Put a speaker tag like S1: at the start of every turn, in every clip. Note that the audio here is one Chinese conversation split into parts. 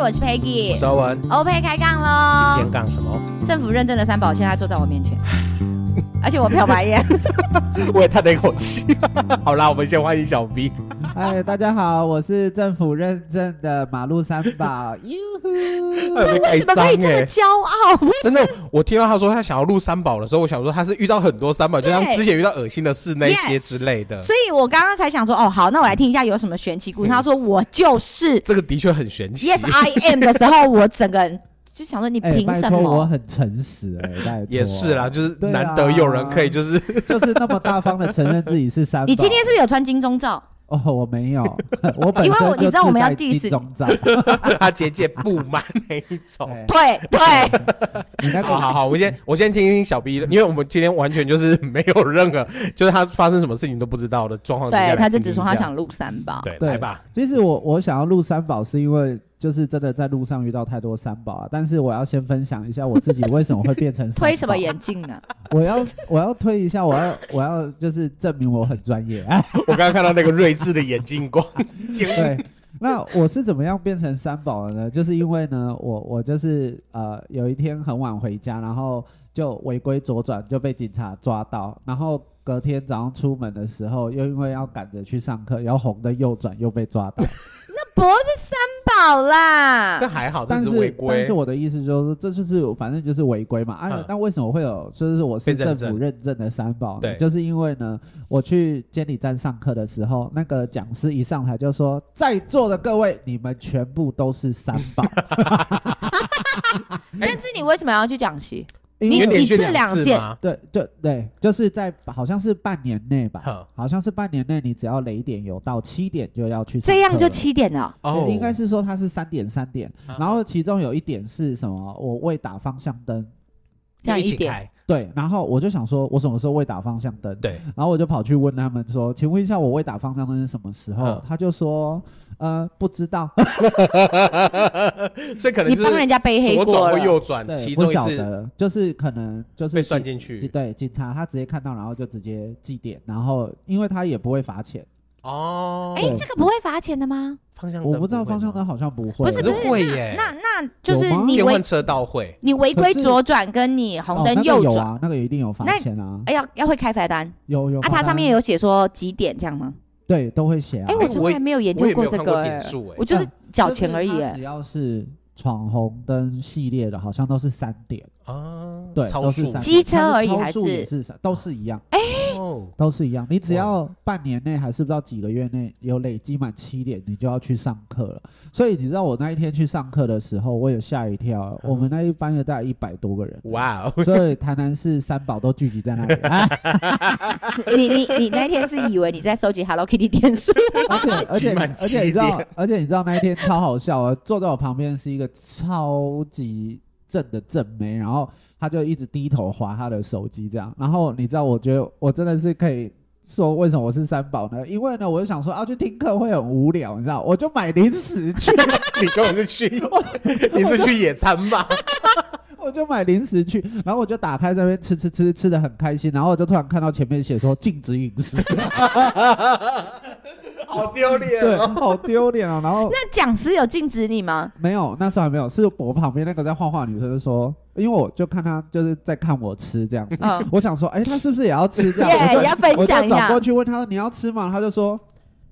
S1: 我是
S2: 我
S1: Peggy
S2: 是。阿文，
S1: OK，开杠
S2: 今
S1: 喽
S2: 天！干什 么？
S1: 政府认证的三宝现在坐在我面前，而且我漂白眼。
S2: 我也叹了一口气。 好啦，我们先欢迎小 B。
S3: 嗨，哎大家好，我是政府认证的马路三 宝，哟呼！
S2: 他有被盖
S1: 怎么
S2: 章
S1: 可以这么
S2: 哎、
S1: 骄傲？
S2: 真的，我听到他说他想要录三宝的时候，我想说他是遇到很多 三宝，就
S1: 对
S2: 像之前遇到恶心的事那一些之类的。
S1: 所以我刚刚才想说，哦，好，那我来听一下有什么玄奇故事。
S2: 嗯
S1: 他说我 就是
S2: 这个的确很神奇
S1: Yes I am 的时候，我整个人就想说你
S3: 哎，
S1: 凭
S3: 拜
S1: 什
S3: 托，我
S1: 么？
S3: 很诚实哎，拜托。
S2: 也是啦，，就是
S3: 对啊
S2: 难得有人可以就是、
S3: 就是那么大方的承认自己是三宝。
S1: 你今天是不是有穿金钟罩？
S3: 哦，我 没有，我本
S1: 因
S3: 身
S1: 为我你
S3: 就
S1: 知道我们要
S3: 自带
S1: diss
S3: 金钟罩。
S2: 他结界不满那一种。
S3: 对
S1: 对 对，
S3: 你那
S2: 好
S3: 个
S2: 好好，我先我先听听小 B，的因为我们今天完全就是没有任何，就是他发生什么事情都不知道的状况之下
S1: 对
S2: 来听一下。
S1: 他就只说他想录三宝。
S2: 对
S3: 对
S2: 来吧，
S3: 其实我我想要录三宝，是因为就是真的在路上遇到太多三宝啊。但是我要先分享一下我自己为什么会变成三 宝
S1: 推什么？眼镜呢？
S3: 我要我要推一下，我要我要就是证明我很专业。哎，
S2: 我刚刚看到那个睿智的眼睛 光，惊
S3: 对。那我是怎么样变成三宝的呢？就是因为呢，我我就是呃有一天很晚回家，然后就违规左转就被警察抓到，然后隔天早上出门的时候又因为要赶着去上课，要红灯右转又被抓到。
S1: 不是三宝啦
S2: 这，还好，这
S3: 但
S2: 只
S3: 是
S2: 是违
S3: 但
S2: 规
S3: 是。我的意思就是，这就是反正就是违规嘛。啊
S2: 嗯，
S3: 那为什么会有？就是我是
S2: 被认
S3: 政
S2: 证
S3: 府认证的三宝呢，
S2: 对
S3: 就是因为呢，我去监理站上课的时候，那个讲师一上台就说：“在座的各位，你们全部都是三 宝。
S1: 但是你为什么要去讲习？”
S3: 因
S1: 你
S2: 因为
S3: 为
S2: 连续
S1: 这两
S2: 次
S1: 件
S2: 嘛，
S3: 对对对，就是在好像是半年内吧，
S2: 哼
S3: 好像是半年内，你只要雷点有到七点就要去上
S1: 这样
S3: 课
S1: 就
S3: 了
S1: 七点了。
S2: 哦，
S3: 应该是说它是三点三点，
S2: 啊
S3: 然后其中有一点是什么？我未打方向灯。
S1: 这样
S2: 一
S1: 一
S2: 起
S1: 点
S2: 开，
S3: 对，然后我就想说，我什么时候未打方向灯？
S2: 对，
S3: 然后我就跑去问他们说，请问一下，我未打方向灯是什么时候？
S2: 嗯
S3: 他就说，呃，不知道，
S2: 所以可能
S1: 你
S2: 就
S1: 帮
S2: 是
S1: 人家背黑
S2: 左
S1: 锅
S2: 转
S1: 了，
S2: 或右转，其
S3: 对，不
S2: 中一
S3: 晓
S2: 次
S3: 得，就是可能就是
S2: 被算
S3: 警
S2: 进去
S3: 警。对，警察他直接看到，然后就直接记点，然后因为他也不会罚钱，
S2: 哦
S1: 哎，
S3: 对，
S1: 这个不会罚钱的吗？
S2: 方向灯
S3: 我不知道
S2: 会吗
S3: 方向灯，好像不会，啊
S1: 不是
S2: 可
S1: 不
S2: 是
S1: 是，
S2: 会
S1: 那
S2: 耶
S1: 那那就是
S3: 有吗
S1: 你
S2: 变
S1: 违
S2: 换车道会，
S1: 你违规
S3: 可是
S1: 左转跟你红
S3: 哦
S1: 灯
S3: 那个
S1: 右
S3: 有
S1: 转，
S3: 啊，那个一定有罚钱啊，
S1: 哎要要会开罚单
S3: 有有
S1: 啊，它上面
S3: 有
S1: 有写说几点这样吗？
S3: 对都会写啊，
S1: 哎，
S2: 我
S1: 我从来没有研
S2: 我
S1: 究
S2: 也没有
S1: 这
S2: 看过
S1: 个，
S2: 点
S1: 哎
S2: 数哎
S1: 我。就是缴钱而
S3: 就
S1: 已。
S3: 是它
S1: 哎
S3: 只要是闯红灯系列的，好像都是三点。
S2: 啊，
S3: 对，
S2: 超
S3: 都是
S2: 速
S3: 三
S1: 机车
S3: 但是
S1: 而已
S3: 超
S1: 还
S3: 速也
S1: 是
S3: 是三都是一样，
S2: 哦
S3: 都是一样。你只要半年内还是不知道几个月内有累积满七点，你就要去上课了。所以你知道我那一天去上课的时候，我有吓一跳。啊
S2: 嗯
S3: 我们那一班有大概一百多个人，
S2: 哇哦，
S3: 所以台南市三宝都聚集在那 里。啊
S1: 你你你那天是以为你在收集 Hello Kitty 点数？
S3: 而且而且
S2: 集满
S3: 而且
S2: 7
S3: 你知道
S2: 点，
S3: 而且你知道那一天超好笑啊！坐在我旁边是一个超级正的正妹，然后她就一直低头划她的手机这样。然后你知道，我觉得我真的是可以。说为什么我是三宝呢？因为呢，我就想说啊，去听课会很无聊，你知道，我就买零食 去，
S2: 你根本是去， 你是去野餐吧？
S3: 我就买零食去，然后我就打开这边吃吃吃，吃的很开心，然后我就突然看到前面写说禁止饮食，
S2: 啊好丢脸
S3: 对，
S2: 哦！
S3: 好丢脸啊！然后
S1: 那讲师有禁止你吗？
S3: 没有，那时候还没有，是我旁边那个在画画的女生就说，因为我就看她就是在看我吃这样 子，
S1: 嗯，
S3: 我想说，哎、她是不是也要吃这样？
S1: 耶
S3: 我就
S1: 也要分享
S3: 我
S1: 一
S3: 就
S1: 下
S3: 转过去问她说你要吃吗？她就说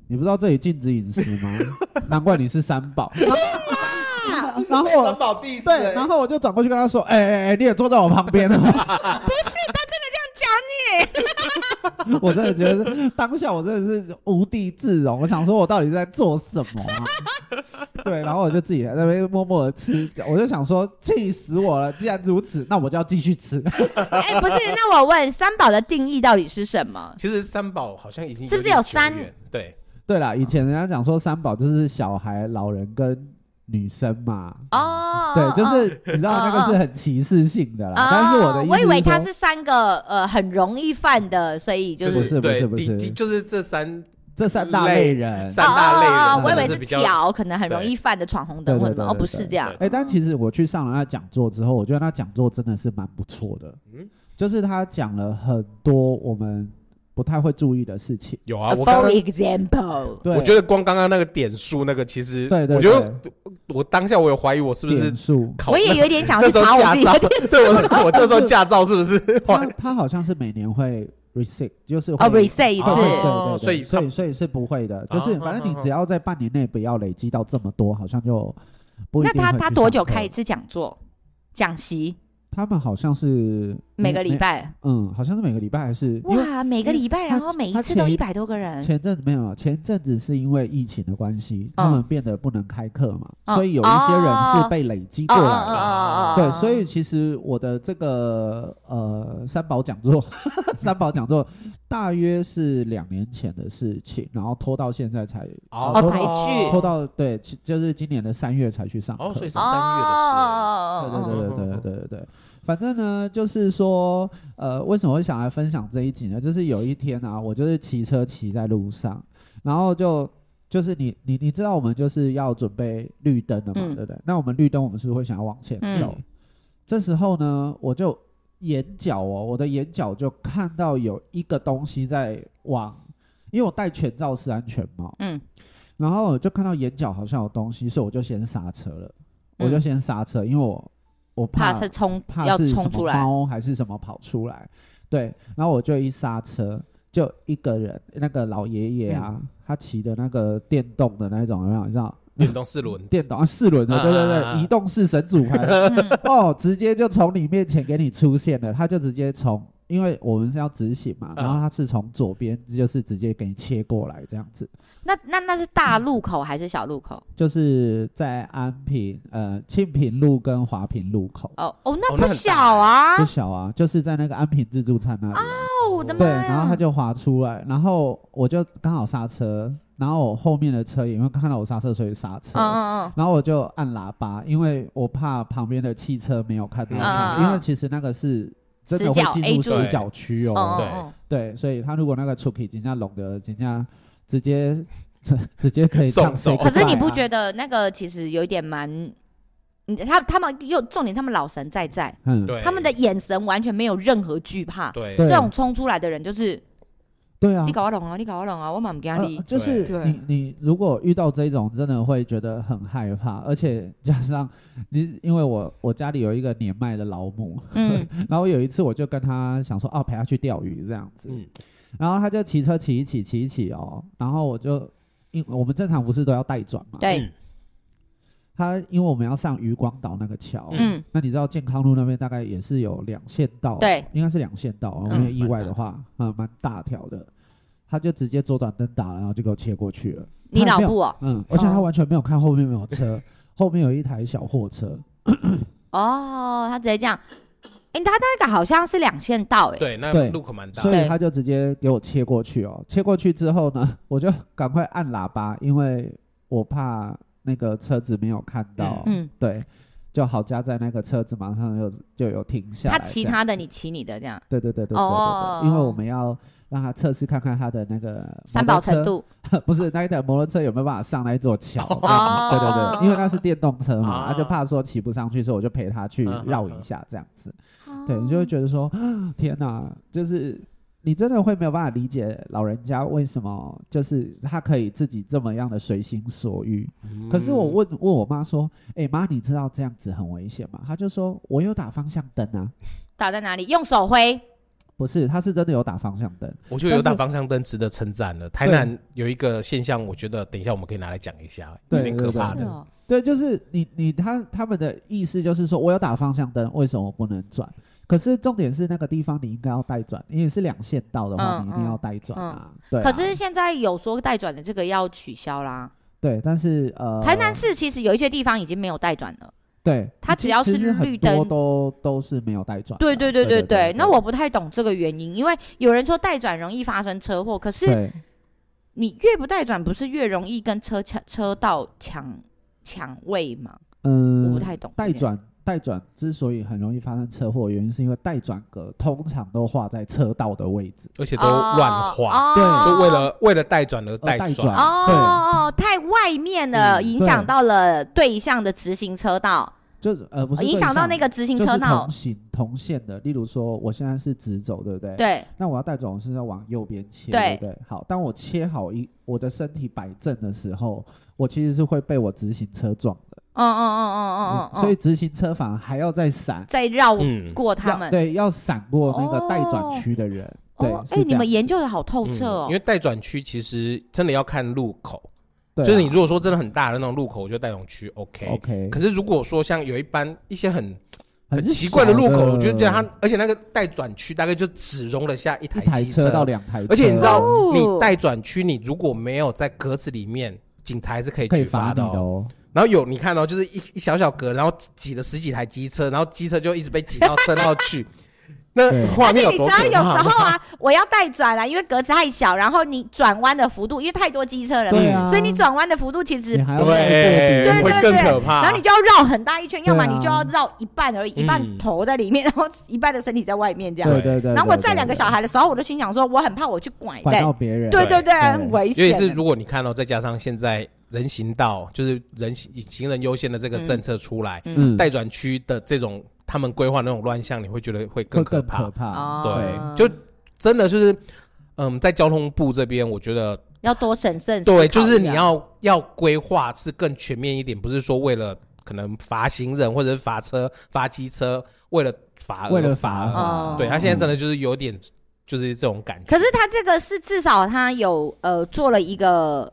S3: 你不知道这里禁止饮食吗？ 难怪你是三宝。 然后
S2: 三
S3: 我
S2: 宝第哎四，
S3: 对，然后我就转过去跟她说，哎哎哎，你也坐在我旁 边 了。 我真的觉得当下我真的是无地自 容，我想说我到底在做什么、啊？对，然后我就自己在那边默默的吃，我就想说气死我了。既然如此，那我就要继 续吃。
S1: 哎，不是，那我问三宝的定义到底是什么？
S2: 其实三宝好像已经
S1: 是不是
S2: 点
S1: 有三
S2: 久远？对，
S3: 对啦，以前人家讲说三宝就是小孩、老人跟女生嘛。
S1: 哦，
S3: 对，就
S1: 哦
S3: 是你知道那个是很歧视性的啦，但是我的意思
S1: 我以为它
S3: 说
S1: 是三个呃很容易犯的，所以就
S3: 不
S1: 是哦
S3: 是不是
S2: 对
S3: 不
S2: 第
S3: 是
S2: 第就是这三
S3: 这三大类人，
S2: 三大类人
S1: 哦哦哦
S2: 真
S1: 我
S2: 的
S1: 以为
S2: 是
S1: 是
S2: 比较
S1: 条可能很容易犯的闯红灯
S3: 对
S1: 或者什么，
S3: 对对
S1: 哦
S3: 对
S1: 不是这样
S2: 对。
S3: 哎、但其实我去上了他讲座之后，我觉得他讲座真的是蛮不错的。
S2: 嗯
S3: 就是他讲了很多我们不太会注意的事情。
S2: 有啊，
S1: A
S2: 我刚
S1: For
S2: 刚
S1: example，
S3: 对，
S2: 我觉得光刚刚那个点数那个，其实
S3: 对对
S2: 我觉得我当下我有怀疑我是哦不是
S3: 点数，
S2: 考
S1: 我 也有一点想要
S2: 那
S1: 去
S2: 时候
S1: 查我
S2: 驾
S1: 自己的
S2: 照， 对我我那时候驾照是不是？
S3: 他他好像是每年会 reset，就是 会
S1: 哦 reset 一
S3: 对对
S1: 次，
S2: 哦
S3: 对对，
S2: 所以
S3: 所
S2: 他
S3: 以所以是不会的，就
S2: 啊
S3: 是
S2: 啊
S3: 反正你
S2: 啊啊
S3: 只要在半年内不要累积到这么多，好像就不一
S1: 那
S3: 定
S1: 他
S3: 会
S1: 他
S3: 去
S1: 多
S3: 上
S1: 久
S3: 课
S1: 开一？次讲座、讲习？
S3: 他们好像是
S1: 每个礼，拜？
S3: 嗯，好像是每个礼拜还是因为
S1: 哇，每个礼拜，
S3: 他
S1: 然后每一
S3: 他
S1: 次都
S3: 前
S1: 一百多个人，
S3: 前阵子没有，前阵子是因为疫情的关系，他
S1: 嗯
S3: 们变得不能开课嘛，
S1: 嗯
S3: 所以有一些人
S1: 哦
S3: 是被累积
S1: 哦
S3: 过
S1: 哦
S3: 来
S1: 哦
S3: 的。
S1: 哦哦，
S3: 啊对，所以其实我的这个呃三宝讲座， 三宝讲座大约是两年前的事情，然后拖到现在才
S2: 哦
S3: 呃拖
S1: 才
S3: 到
S1: 去
S3: 拖到对，其就是今年的三月才去上课。
S2: 哦，所以是
S1: 哦
S2: 三月的
S1: 哦
S2: 事。
S1: 哦哦哦哦
S3: 对对对对
S2: 哦
S3: 对对对对。反正呢，就是说，呃，为什么会想来分享这一集呢？就是有一天啊，我就是骑车骑在路上，然后就就是你你你知道我们就是要准备绿灯了嘛，
S1: 嗯
S3: 对不对？那我们绿灯我们是不是会想要往前走？
S2: 嗯
S3: 这时候呢，我就眼角哦，我的眼角就看到有一个东西在往，因为我戴全罩式安全帽，
S1: 嗯
S3: 然后我就看到眼角好像有东西，所以我就先刹车了，我就
S1: 嗯
S3: 先刹车，因为我我怕
S1: 怕是冲
S3: 怕
S1: 要
S3: 是什
S1: 冲
S3: 么
S1: 出来，
S3: 猫还是什么跑出来，对，然后我就一刹车，就一个人那个老爷爷啊，
S1: 嗯
S3: 他骑的那个电动的那种，有没有？你知道？
S2: 电动四轮，
S3: 电动啊，四轮的，
S2: 啊
S3: 对对对，
S2: 啊啊啊
S3: 移动式神 主牌的，
S1: 嗯
S3: 哦，直接就从你面前给你出现了，他就直接从，因为我们是要直行嘛，
S1: 嗯
S2: 啊
S3: 然后他是从左边，就是直接给你切过来这样子。
S1: 那那那是大路口还是小路口？
S3: 就是在安平呃庆平路跟华平路口，
S1: 哦哦，
S2: 哦
S1: 那
S2: 那
S1: 不
S2: 很
S1: 小
S2: 大
S1: 啊！
S2: 哎
S3: 不小啊，就是在那个安平自助餐那里啊。
S1: 哦，我的
S3: 对，
S1: 妈呀！
S3: 然后他就滑出来，然后我就刚好刹车，然后我后面的车也因为看到我刹车，所以刹车。
S1: 嗯嗯
S3: 然后我就按喇叭，因为我怕旁边的汽车没有看到
S1: 嗯
S3: 他，
S1: 嗯嗯
S3: 因为其实那个是真的
S1: 死
S3: 会
S1: 角
S3: 进
S1: A
S3: 入
S1: 柱
S3: 死角区哦。
S1: 嗯
S2: 对
S1: 嗯
S3: 对，所以他如果那个出去，人家拢的，人家直接直直接可以
S2: 送
S3: 唱 Say
S1: 嗯。
S2: 走
S1: 可是你
S3: Goodbye
S1: 不
S3: 啊
S1: 觉得那个其实有一点蛮，你他他们又重点，他们老神在在，
S3: 嗯
S2: 对，
S1: 他们的眼神完全没有任何惧怕。
S2: 对
S3: 对
S1: 这种冲出来的人就是
S3: 对啊
S1: 你，搞我懂啊，你搞我懂啊，我蛮不给
S3: 呃
S1: 你。
S3: 就是
S1: 对
S3: 你你如果遇到这种，真的会觉得很害怕，而且加上 你，因为我我家里有一个年迈的老母，
S1: 嗯，
S3: 然后有一次我就跟他想说，哦、陪他去钓鱼这样子，
S2: 嗯
S3: 然后他就骑车骑一骑骑一骑哦，然后我就因我们正常不是都要带转嘛，
S1: 对，
S2: 嗯
S3: 他因为我们要上渔光岛那个桥，
S1: 嗯
S3: 那你知道健康路那边大概也是有两线道，
S1: 对，
S3: 应该是两线道，
S1: 嗯
S3: 没有意外的话，嗯，蛮大条的。他就直接左转灯打了，然后就给我切过去了。
S1: 你
S3: 他也
S1: 脑
S3: 没有
S1: 部哦，
S3: 嗯，而且他
S1: 哦
S3: 完全没有看后面没有车， 后面有一台小货车。
S1: 哦，他直接这样，哎，他那个好像是两线道，哎，
S2: 对，那
S3: 对
S2: 路口蛮大
S3: 所
S2: 的，
S3: 以
S1: 对
S3: 他就直接给我切过去哦。切过去之后呢， 我就赶快按喇叭，因为我怕那个车子没有看到。
S1: 嗯，
S3: 对，就好加在那个车子马上就就有停下
S1: 他
S3: 来这样子。
S1: 骑他的，你骑你的，这样
S3: 对对对对对对
S1: 哦
S3: 对，因为我们要让他测试看看他的那个
S1: 三宝程度，
S3: 摩托车， 不是那一台摩托车有没有办法上那一座桥。这样
S1: 哦
S3: 对对对，因为那是电动车嘛，
S2: 啊
S3: 他就怕说骑不上去，所以我就陪他去
S2: 嗯嗯
S3: 绕一
S2: 嗯
S3: 下这样子。对，你就会觉得说，天哪，就是你真的会没有办法理解老人家为什么就是他可以自己这么样的随心所欲。
S2: 嗯
S3: 可是我问问我妈说，哎、妈，你知道这样子很危险吗？她就说我有打方向灯啊，
S1: 打在哪里？用手挥，
S3: 不是，她是真的有打方向灯。
S2: 我觉得有
S3: 但
S2: 打
S3: 是
S2: 方向灯值得称赞了。台
S3: 对
S2: 南有一个现象，我觉得等一下我们可以拿来讲一下，
S3: 对
S2: 有点可怕
S1: 是
S2: 的。
S1: 哦
S3: 对，就是你你他他们的意思就是说我有打方向灯，为什么我不能转？可是重点是那个地方你应该要带转，因为是两线道的话，
S1: 嗯
S3: 你一定要带转啊。对啊
S1: 可是现在有说带转的这个要取消啦。
S3: 对，但是呃，
S1: 台南市其实有一些地方已经没有带转了。
S3: 对，
S1: 它
S3: 其
S1: 只要
S3: 其
S1: 是
S3: 实很
S1: 绿
S3: 多
S1: 灯
S3: 都都是没有带转的啊。
S1: 对对对
S3: 对
S1: 对对，那我不太懂这个原因，因为有人说带转容易发生车祸，可是
S3: 对
S1: 你越不带转，不是越容易跟车抢车道抢抢位吗？
S3: 嗯，
S1: 我不太懂这
S3: 带
S1: 件
S3: 转带转之所以很容易发生车祸，原因是因为带转格通常都画在车道的位置，
S2: 而且都乱画，
S1: 哦
S3: 对
S1: 哦
S2: 就为了为了带转而
S3: 呃
S2: 带
S3: 转
S2: 转。
S1: 哦哦，太外面了，
S2: 嗯
S1: 影响到了对向的直行车道，
S3: 就是呃不是
S1: 哦影响到那个
S3: 个
S1: 直行
S3: 就
S1: 车
S3: 是
S1: 道
S3: 同。行同线的，例如说我现在是直走，对不对？。
S1: 对，
S3: 那我要带转，我是要往右边切，
S1: 对
S3: 对不对？好，当我切好一我的身体摆正的时候，我其实是会被我直行车撞的，
S1: 嗯嗯嗯嗯嗯嗯，
S3: 所以直行车反而还要再闪，
S1: 再绕
S2: 嗯
S1: 过他
S3: 要
S1: 们。
S3: 对，要闪过那个待转区的人，对，
S1: 哦，
S3: 是
S1: 哎，
S3: 这
S1: 你们
S3: 样
S1: 研
S3: 子
S1: 究的好透彻
S2: 嗯
S1: 哦
S2: 因。为待转区其实真的要看路口，
S3: 对啊
S2: 就是你如果说真的很大的那种路口，我觉得待转区 OK。
S3: OK，
S2: 可是如果说像有一般一些很
S3: 很
S2: 奇怪的路
S3: 小
S2: 口，我就觉得它，而且那个待转区大概就只容得下一
S3: 一
S2: 台
S3: 台
S2: 汽车
S3: 车到两台车，
S2: 而且你知道
S1: 哦，
S2: 你待转区你如果没有在格子里面，警察还是可以
S3: 可以
S2: 去罚
S3: 罚你的
S2: 的哦。
S3: 哦，
S2: 然后有你看哦，就是一一小小格，然后挤了十几台机车，然后机车就一直被挤到车道 去，那
S3: 对
S2: 画
S1: 而且
S2: 面有
S1: 你
S2: 多
S1: 知道
S2: 可
S1: 有时
S2: 怕？
S1: 候啊，我要带转啦，因为格子太小，然后你转弯的幅度，因为太多机车了嘛，
S3: 对啊，
S1: 所以你转弯的幅度其实
S3: 你还要
S2: 对，
S1: 对
S3: 再过
S1: 对
S2: 会
S3: 底
S2: 更
S1: 对
S2: 可怕。
S1: 然后你就要绕很大一圈，
S3: 对啊
S1: 要么你就要绕一半而已，一半
S2: 嗯
S1: 头在里面，然后一半的身体在外面这样。
S3: 对对对，
S1: 然后我载
S3: 对
S1: 两个小，孩的时候，我就心想说，我很怕我去拐
S3: 对对管
S1: 嘞
S3: 到，别人，
S1: 对对对，
S3: 对
S1: 很危
S2: 尤其
S1: 险
S2: 是
S1: 的。
S2: 如果你看到、哦再加上现在人行道就是人行行人优先的这个政策出来，
S3: 嗯，
S2: 待转区的这种他们规划那种乱象，你会觉得会
S3: 会
S2: 更可
S3: 更
S2: 怕。
S3: 可怕，
S1: 哦
S2: 对就真的就是，嗯，在交通部这边，我觉得
S1: 要多审慎思考一下。
S2: 对，就是你要要规划是更全面一点，不是说为了可能罚行人或者是罚车、罚机车，为了罚而
S3: 为了
S2: 罚
S3: 罚嗯
S2: 而。
S1: 哦
S2: 对他现在真的就是有点就是这种感觉。
S1: 可是他这个是至少他有呃做了一个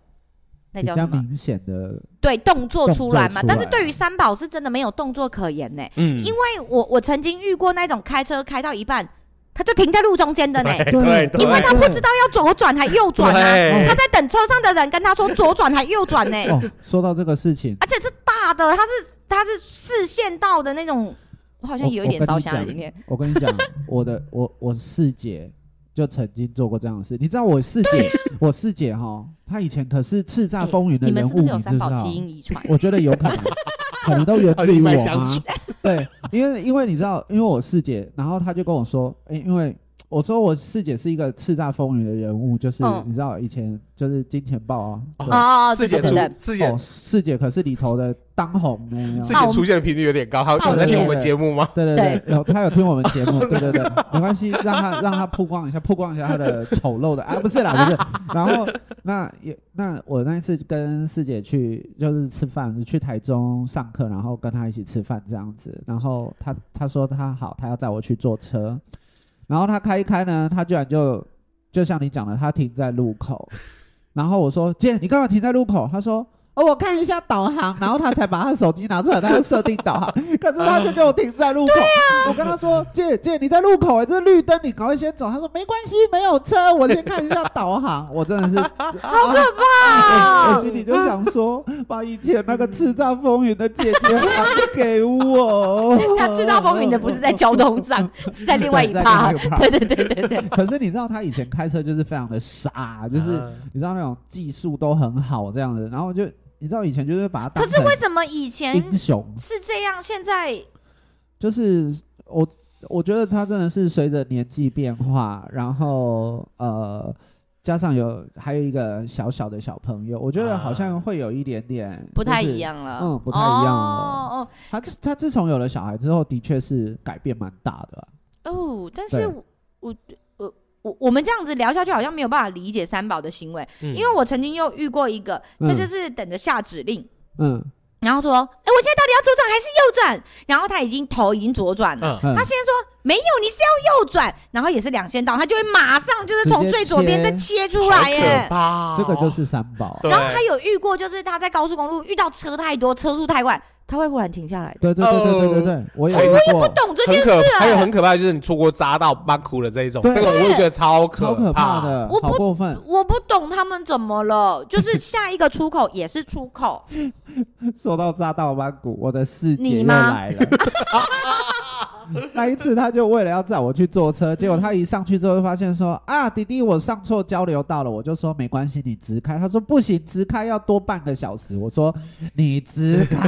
S1: 那
S3: 比
S1: 叫
S3: 较
S1: 什么？
S3: 明显的，
S1: 对，动作出来嘛。
S3: 动作出来
S1: 但是对于三宝是真的没有动作可言呢，
S2: 嗯，
S1: 因为我我曾经遇过那种开车开到一半，他就停在路中间的呢，
S2: 对
S3: 对
S1: 因为他不
S3: 对
S1: 知道要左转还右转啊，
S2: 对
S1: 他在等车上的人跟他说左转还右转呢，
S3: 哦，说到这个事情，
S1: 而且是大的，他是他是视线道的那种，我好像有一点烧瞎了今天。
S3: 我跟你讲， 我的我我师姐就曾经做过这样的事。你知道我师姐，我师姐哈，她以前可是叱咤风云的
S1: 你们
S3: 人
S1: 是
S3: 物，
S1: 不
S3: 你
S1: 是有
S3: 知
S1: 三
S3: 不
S1: 宝
S3: 知道
S1: 基？因遗传？
S3: 我觉得有可能，可能都源自于
S2: 好像
S3: 我
S2: 麦香
S3: 妈
S2: 水。
S3: 啊对，因为因为你知道，因为我师姐，然后她就跟我说，哎、因为。我说我师姐是一个叱咤风云的人物，就是
S1: 嗯
S3: 你知道以前就是金钱豹啊，对
S1: 哦，
S2: 师姐
S1: 对
S2: 出
S1: 对对，
S2: 师姐
S3: 哦，师姐可是里头的当红呢，你知道吗
S2: 师姐出现的频率有点高，他有在听我们节目吗？
S3: 对对
S1: 哦对
S3: 对，有他有听我们节目，对对对，没关系，让他让他曝光一下，曝光一下他的丑陋的啊，不是啦，不是。然后那也那我那一次跟师姐去就是吃饭，去台中上课，然后跟她一起吃饭这样子。然后她她说她好，她要载我去坐车。然后她开一开呢，她居然就就像你讲的，她停在路口。然后我说姐，你干嘛停在路口？她说。哦，我看一下导航，然后她才把她手机拿出来，她要设定导 航，可是她就给我停在路口。
S1: 啊
S3: 我跟她说：“姐姐，你在路口哎、这是绿灯，你赶快先走。”她说：“没关系，没有车，我先看一下导航。” 我真的是好可我我
S1: 哦。
S3: 心里就想说，把以前那个叱咤风云的姐姐还给我
S1: 他叱咤风云的不是在交通上，是在另外一
S3: 对在
S1: 趴。
S3: 另外一趴
S1: 对对对对对，
S3: 可是你知道他以前开车就是非常的傻，就是
S1: 啊
S3: 你知道那种技术都很好这样子，然后就你知道以前就是把
S1: 可
S3: 他当
S1: 是
S3: 成
S1: 为什么以前
S3: 英雄，
S1: 是这样，现在
S3: 就是我我觉得他真的是随着年纪变化，然后呃。加上有还有一个小小的小朋友，我觉得好像会有一点点
S1: 不太
S3: 就是
S1: 一样了？
S3: 嗯不太一样了
S1: 哦
S3: 他他自从有了小孩之后，的确是改变蛮大的啊、
S1: 哦哦，但是
S3: 对
S1: 我我我我我们这样子聊下去，好像没有办法理解三宝的行为，
S2: 嗯
S1: 因为我曾经又遇过一个，
S3: 嗯
S1: 他就是等着下指令。
S3: 嗯
S1: 然后说：“哎，我现在到底要左转还是右转？”然后他已经头已经左转了，
S2: 嗯，
S3: 嗯，
S1: 哦他现在说：“没有，你是要右转。”然后也是两线道，他就会马上就是从
S3: 直接
S1: 最左边再切
S3: 切
S1: 出
S2: 好
S1: 来
S2: 可
S1: 耶。
S2: 怕哦，
S3: 这个就是三宝。
S2: 对
S1: 然后还有遇过，就是他在高速公路遇到车太多，车速太快，他会忽然停下来的。
S3: 对对对对对对对，我也
S2: 我也
S1: 哦
S3: 遇过，
S1: 懂这
S2: 很
S1: 件事
S2: 可，还有
S1: 哎、
S2: 很可怕，就是你错过匝道巴哭的这一种，
S3: 对
S2: 这个我也觉得超
S3: 超
S2: 可
S3: 可怕。的，
S1: 我不
S3: 好过分。
S1: 我不懂他们怎么了，就是下一个出口也是出 口，
S3: 说到扎到曼谷，我的世界
S1: 你
S3: 又
S1: 吗
S3: 来了。那一次，他就为了要载我去坐车，结果他一上去之后就发现说啊，弟弟，我上错交流道了。我就说没关系，你直开。他说不行，直开要多半个小时。我说你 直开，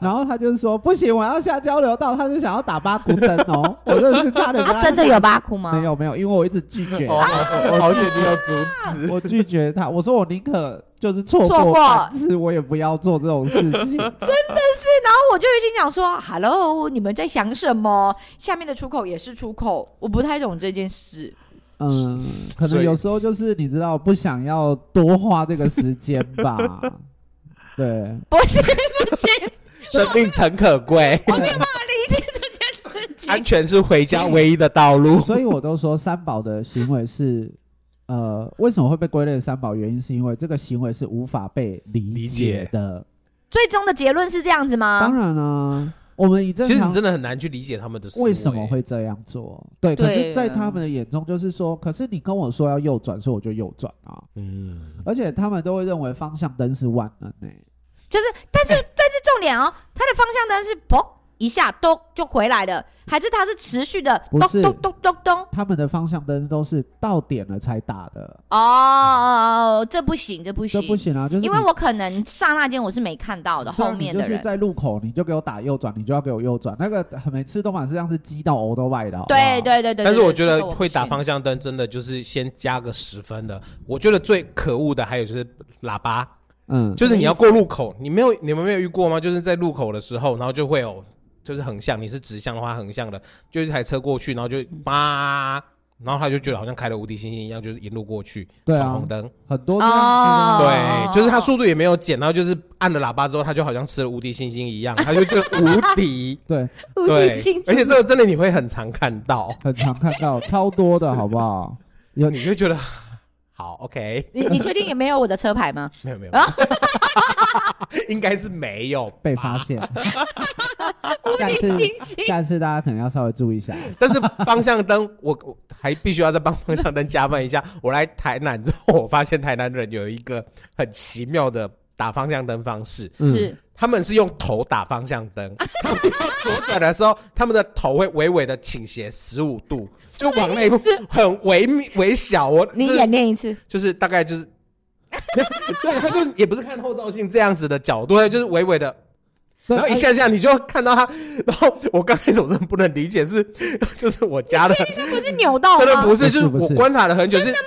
S3: 然后他就说不行，我要下交流道。他就想要打八股灯 哦，我真的是差点跟
S1: 他
S3: 他
S1: 啊真的有哦巴哭吗？
S3: 没
S1: 啊
S3: 有没有，因为我一直拒绝。
S2: 哦好险你有阻止，
S3: 我拒绝他，我说我宁可就是错
S1: 错过
S3: 过是我也不要做这种事情。
S1: 然后我就已经讲说，Hello，你们在想什么？下面的出口也是出口，我不太懂这件事。
S3: 嗯，可
S2: 所
S3: 能
S2: 以
S3: 有时候就是你知道不想要多花这个时间 吧。对，
S1: 不是不是，
S2: 生命诚可 贵，
S1: 我没有办法理解这件事
S2: 安
S1: 情。
S2: 全是回家唯一的道路。
S3: 所以我都说三宝的行为是，呃，为什么会被归类三宝？原因是因为这个行为是无法被理
S2: 理
S3: 解
S2: 解
S3: 的。
S1: 最终的结论是这样子吗？
S3: 当然啦、啊我们以正
S2: 其实
S3: 常
S2: 你真的很难去理解他们的思维
S3: 为什么会这样做？对，可是，
S1: 对
S3: 在他们的眼中，就是说，可是你跟我说要右转，所以我就右转啊。
S2: 嗯，
S3: 而且他们都会认为方向灯是万能欸诶、
S1: 就是，但是但是重点哦，它的方向灯是嘣一下咚就回来了，还是它是持续的
S3: 不
S1: 咚
S3: 是
S1: 咚咚咚咚？
S3: 他们的方向灯都是到点了才打的，
S1: 哦哦，这不行，这不
S3: 这
S1: 行，
S3: 不行啊！就是
S1: 因为
S3: 你
S1: 我可能刹那间我是没看到的，
S3: 对啊
S1: 后面
S3: 你
S1: 的
S3: 就是
S1: 人。
S3: 在路口，你就给我打右转，你就要给我右转。那个每次都满是像是激到欧都外的，好不好
S1: 对。对对对，
S2: 但是
S1: 对
S2: 我觉
S1: 这
S2: 得
S1: 个
S2: 会打
S1: 不行
S2: 方向灯真的就是先加个十分的。我觉得最可恶的还有就是喇叭，
S3: 嗯，
S2: 就是你要过路口，你没有你们没有遇过吗？就是在路口的时候，然后就会有就是横向，你是直向的话横向的，就一台车过去，然后就叭，然后他就觉得好像开了无敌星星一样，就是一路过去
S3: 对啊
S2: 闯红灯，
S3: 很多这样子的，
S1: 哦
S2: 对，就是他速度也没有减，然后就是按了喇叭之后，他就好像吃了无敌星星一样，他就觉得无敌
S3: 对，
S1: 无
S2: 对
S1: 敌星，
S2: 而且这个真的你会很常看到，
S3: 很常看到，超多的好不好？有
S2: 你会觉得 好 OK，
S1: 你你确定也没有我的车牌 吗？
S2: 没有没有， 应该是没有
S3: 被
S2: 吧
S3: 发现，
S1: 无
S3: 下
S1: 敌
S3: 次
S1: 星星，
S3: 下次大家可能要稍微注意一下。
S2: 但是方向灯，我我还必须要再帮方向灯加分一下。 我来台南之后，我发现台南人有一个很奇妙的打方向灯方式，
S3: 嗯，
S1: 是
S2: 他们是用头打方向灯。他们要左转的时候，他们的头会微微的倾斜十五度，就往内很微密微小。我
S1: 你
S2: 就是
S1: 演练一 次，
S2: 就是大概就是，对，他就也不是看后照镜这样子的角度，他就是微微的
S3: 对
S2: 然后一下下你就看到他，然后我刚开始我真的不能理解是， 就是我家的，
S1: 这不是扭到吗？
S2: 真的不是，
S3: 不是
S2: 就是
S3: 不
S2: 我
S3: 是
S2: 观察了很久，是
S1: 真的
S3: 哎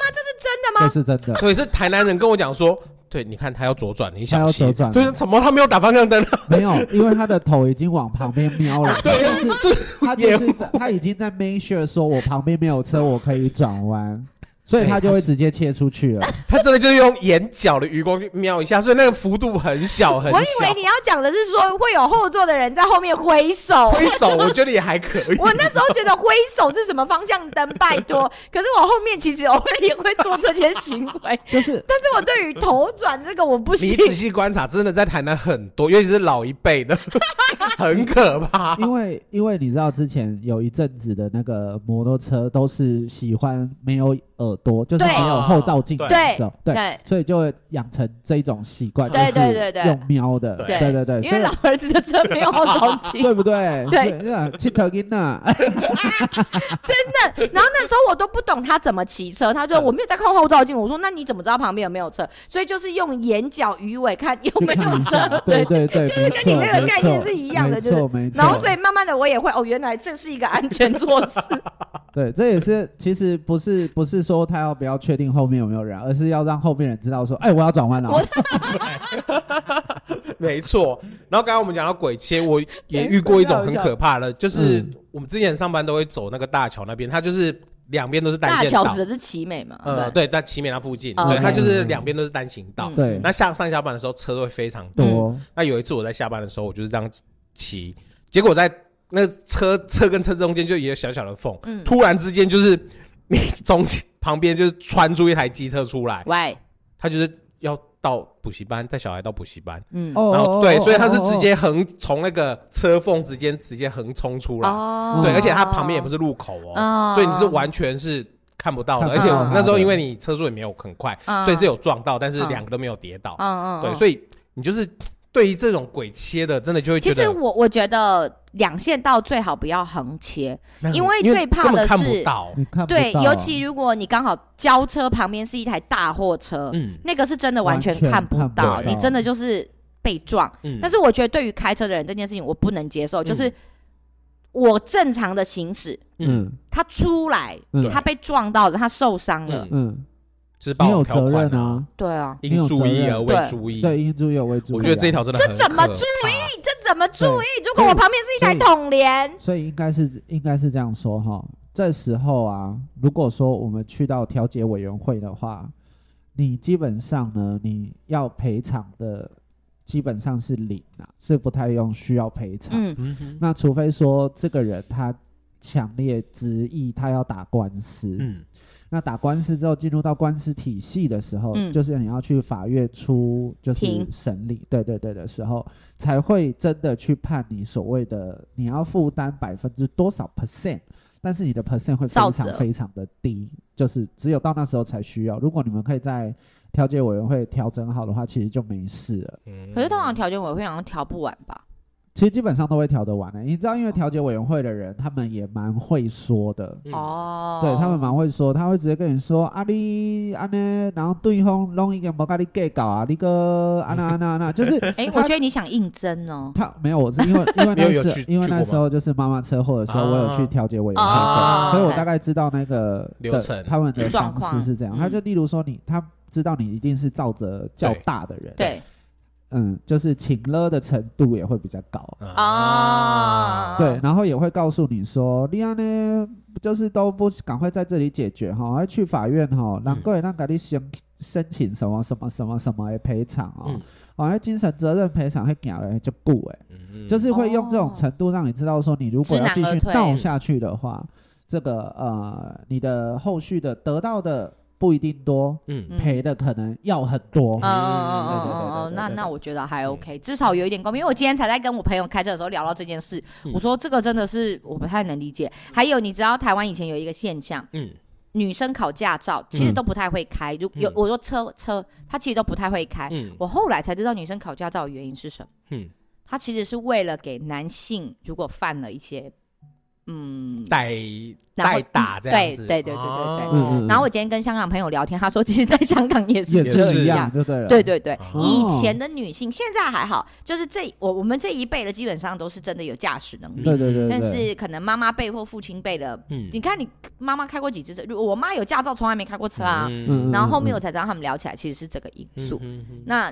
S3: 这
S1: 吗？
S3: 是真的。
S2: 对，是台南人跟我讲说，对，你看他要左转，你
S3: 他
S2: 小
S3: 要
S2: 心
S3: 左，转
S2: 对，怎么他没有打方向灯？
S3: 没有，因为他的头已经往旁边瞄 了，他就是
S2: 对，就是
S3: 他
S2: 也
S3: 就是在他已经在 make sure 说我旁边没有车，我可以转弯，所以他就会直接切出去了。
S2: 他真的就是用眼角的余光去瞄一下，所以那个幅度很小很
S1: 我以为
S2: 小。
S1: 你要讲的是说会有后座的人在后面挥 手，
S2: 挥手，我觉得也还可 以。
S1: 我那时候觉得挥手是什么方向灯，拜托。可是我后面其实偶尔也会做这些行为，
S3: 就是
S1: 但是我对于头转这个我不
S2: 你
S1: 行。
S2: 仔细观察，真的在台南很多，尤其是老一辈的， 很可怕。
S3: 因为因为你知道之前有一阵子的那个摩托车都是喜欢没有耳朵，就是
S1: 对
S3: 没有后照镜的
S1: 对
S3: 时候，对，
S1: 对，
S3: 所以就会养成这种习惯，
S1: 对
S3: 就是
S1: 对对对
S3: 用瞄的，
S2: 对
S3: 对对对，
S1: 因
S3: 所
S1: 为
S3: 以
S1: 老儿子的车没有手 机，
S3: 对不对？
S1: 对
S3: 所以啊，去头巾 呐，
S1: 然后那时候我都不懂他怎么骑车，他说
S2: 嗯
S1: 我没有在看后照镜，我说那你怎么知道旁边有没有车？所以就是用眼角鱼尾看有
S3: 去
S1: 没有
S3: 看一下
S1: 车，，
S3: 对对对，
S1: 就是跟你
S3: 没错
S1: 那个概念是一样的
S3: 没
S1: 就是
S3: 错没错。
S1: 然后所以慢慢的我也会哦，原来这是一个安全措施。
S3: 对，这也是其实不是不是说他要不要确定后面有没有人，啊而是要让后面人知道说，哎，我要转弯了哦。
S1: 我
S2: 没错。然后刚刚我们讲到鬼切，我也遇过一种很可怕的，就是
S3: 嗯
S2: 我们之前上班都会走那个大桥那边，它就是两边都是单
S1: 大
S2: 线
S1: 桥
S2: 道
S1: 指。的是奇美嘛？
S2: 呃，对，在奇美那附近，
S1: 啊哦
S2: 对，
S1: OK
S2: 它就是
S3: 嗯
S2: 两边都是单行道
S1: 嗯。
S3: 对
S2: 那下上下班的时候车都会非常多。
S3: 多，
S2: 那有一次我在下班的时候，我就是这样骑，结果在那车车跟车中间就有一个小小的缝，
S1: 嗯，
S2: 突然之间就是你中间旁边就是穿出一台机车出来，
S1: 喂，
S2: 它就是要到补习班，带小孩到补习班。
S1: 嗯，
S3: 哦
S2: 然
S3: 哦
S2: 后对，
S3: 哦
S2: 所以他是
S3: 哦
S2: 直
S3: 哦
S2: 接横从那个车缝直接直接横冲出来，
S1: 哦
S2: 对，而且它旁边也不是路口哦，
S1: 哦
S2: 所以你是完全是看不到的，
S3: 看
S1: 不
S2: 而且
S1: 到
S2: 那时候因为你车速也没有很快，
S1: 嗯
S2: 所以是有撞到，但是
S1: 嗯
S2: 两个都没有跌倒，
S1: 嗯嗯，
S2: 对，
S1: 以
S2: 所以你就是对于这种鬼切的，真的就会觉
S1: 其实
S2: 得
S1: 我我觉得两线道最好不要横切，
S2: 那很，
S1: 因为
S2: 因
S1: 最怕
S2: 根本
S1: 的
S2: 看不
S1: 是
S2: 到，
S3: 你看不
S1: 对，
S3: 到啊
S1: 尤其如果你刚好交车旁边是一台大货车，
S2: 嗯
S1: 那个是真的完全
S3: 完全
S1: 看不
S3: 看不
S1: 到，
S2: 到
S1: 你真的就是被撞。
S2: 嗯，
S1: 但是我觉得对于开车的人这件事情，我不能接受，就是
S2: 嗯
S1: 我正常的行驶，
S2: 嗯
S3: 嗯
S1: 他出来
S3: 嗯，
S1: 他被撞到了，他受伤了，
S2: 嗯
S3: 嗯，
S2: 就是
S3: 你
S2: 帮
S3: 有
S2: 我条
S3: 责任
S2: 款，
S3: 啊，
S1: 对啊，
S2: 应注意而未
S1: 对
S2: 注意。
S3: 对，应注意有啊为主。
S2: 我觉得这一条真的
S1: 这
S2: 很
S1: 怎么
S2: 可
S1: 注
S2: 怕
S1: 意？这怎么注意？如果我旁边是一台
S3: 所以
S1: 桶莲，
S3: 所以应该是应该是这样说哈。这时候啊，如果说我们去到调解委员会的话，你基本上呢，你要赔偿的基本上是零啊，是不太用需要赔偿。
S1: 嗯，
S2: 嗯哼
S3: 那除非说这个人他强烈执意他要打官司，
S2: 嗯，
S3: 那打官司之后进入到官司体系的时候，
S1: 嗯
S3: 就是你要去法院出就是
S1: 庭
S3: 审理，对对对的时候，才会真的去判你所谓的你要负担百分之多少 percent，但是你的 percent 会非
S1: 照
S3: 常
S1: 着
S3: 非常的低，就是只有到那时候才需要。如果你们可以在调解委员会调整好的话，其实就没事了。
S2: 嗯
S1: 可是通常调解委员会好像调不完吧？
S3: 其实基本上都会调得完的、你知道，因为调解委员会的人他们也蛮会说的，
S2: 嗯
S1: 哦，
S3: 对他们蛮会说，他会直接跟你说啊你安呢，然后对方弄一个无跟你计较啊，你个安那安啊那安 那，就是
S1: 哎、
S3: 他
S1: 我觉得你想应征哦。
S3: 他没有，我是因为因为
S2: 你有有
S3: 那
S2: 去
S3: 时因为
S2: 去过
S3: 那
S2: 吗
S3: 时候就是妈妈车祸的时候，
S2: 啊
S3: 我有去调解委员
S1: 哦
S3: 会，所以我
S1: OK
S3: 大概知道那个
S2: 流
S3: 的
S2: 程
S3: 他们的
S1: 状
S3: 方式
S1: 况
S3: 是这
S1: 嗯
S3: 样。他就例如说你，他知道你一定是照着较
S2: 对
S3: 大的人，，
S1: 对，
S3: 嗯，就是请了的程度也会比较高。
S2: 嗯
S1: 啊
S3: 对，然后也会告诉你说，你安呢，就是都不赶快在这里解决哈，要去法院哈，
S1: 嗯
S3: 难怪那给你申申请什么什么什么什么的赔偿哦
S2: 嗯，
S3: 好像精神责任赔偿会给人就顾哎，
S2: 嗯
S3: 就是会用这种
S1: 哦
S3: 程度让你知道说，你如果
S1: 知
S3: 要
S1: 难
S3: 继
S1: 而
S3: 续
S1: 退
S3: 闹下去的话，
S1: 哦
S3: 这个呃，你的后续的得到的不一定多，
S2: 嗯
S1: 嗯
S3: 赔的可能要很多
S1: 嗯嗯。嗯
S2: 对
S1: 嗯嗯
S3: 对对对对
S1: 嗯，那
S3: 对
S1: 那我觉得还
S2: 嗯
S1: OK，至少有一点公平。因为我今天才在跟我朋友开车的时候聊到这件事，
S2: 嗯
S1: 我说这个真的是我不太能理
S3: 嗯
S1: 解。还有，你知道台湾以前有一个现象，
S2: 嗯
S1: 女生考驾照其实
S3: 嗯
S1: 都不太会开，如有
S2: 嗯
S1: 我说车车，她其实都不太会
S3: 哎
S1: 开。
S2: 嗯
S1: 我后来才知道女生考驾照的原因是什么，
S2: 嗯，
S1: 她其实是为了给男性如果犯了一些，嗯，
S2: 代
S1: 然后嗯
S2: 代打这样子，
S1: 对对对对对对
S2: 哦
S3: 嗯嗯
S1: 然后我今天跟香港朋友聊天，他说其实在香港也
S3: 也
S1: 是
S2: 也
S1: 这
S3: 是一
S1: 样
S3: 样，。就对了。
S1: 对，对嗯对，
S2: 哦
S1: 以前的女性现在还好，就是这我我们这一辈的基本上都是真的有驾驶能力，
S3: 对对对。
S1: 但
S3: 对
S1: 是可能妈妈辈或父亲辈的，
S2: 嗯
S1: 你看你妈妈开过几次车？如我妈有驾照，从来没开过车啊。
S3: 嗯
S1: 然后后面我才知道他们聊起来其实是这个因
S2: 嗯
S1: 素。
S2: 那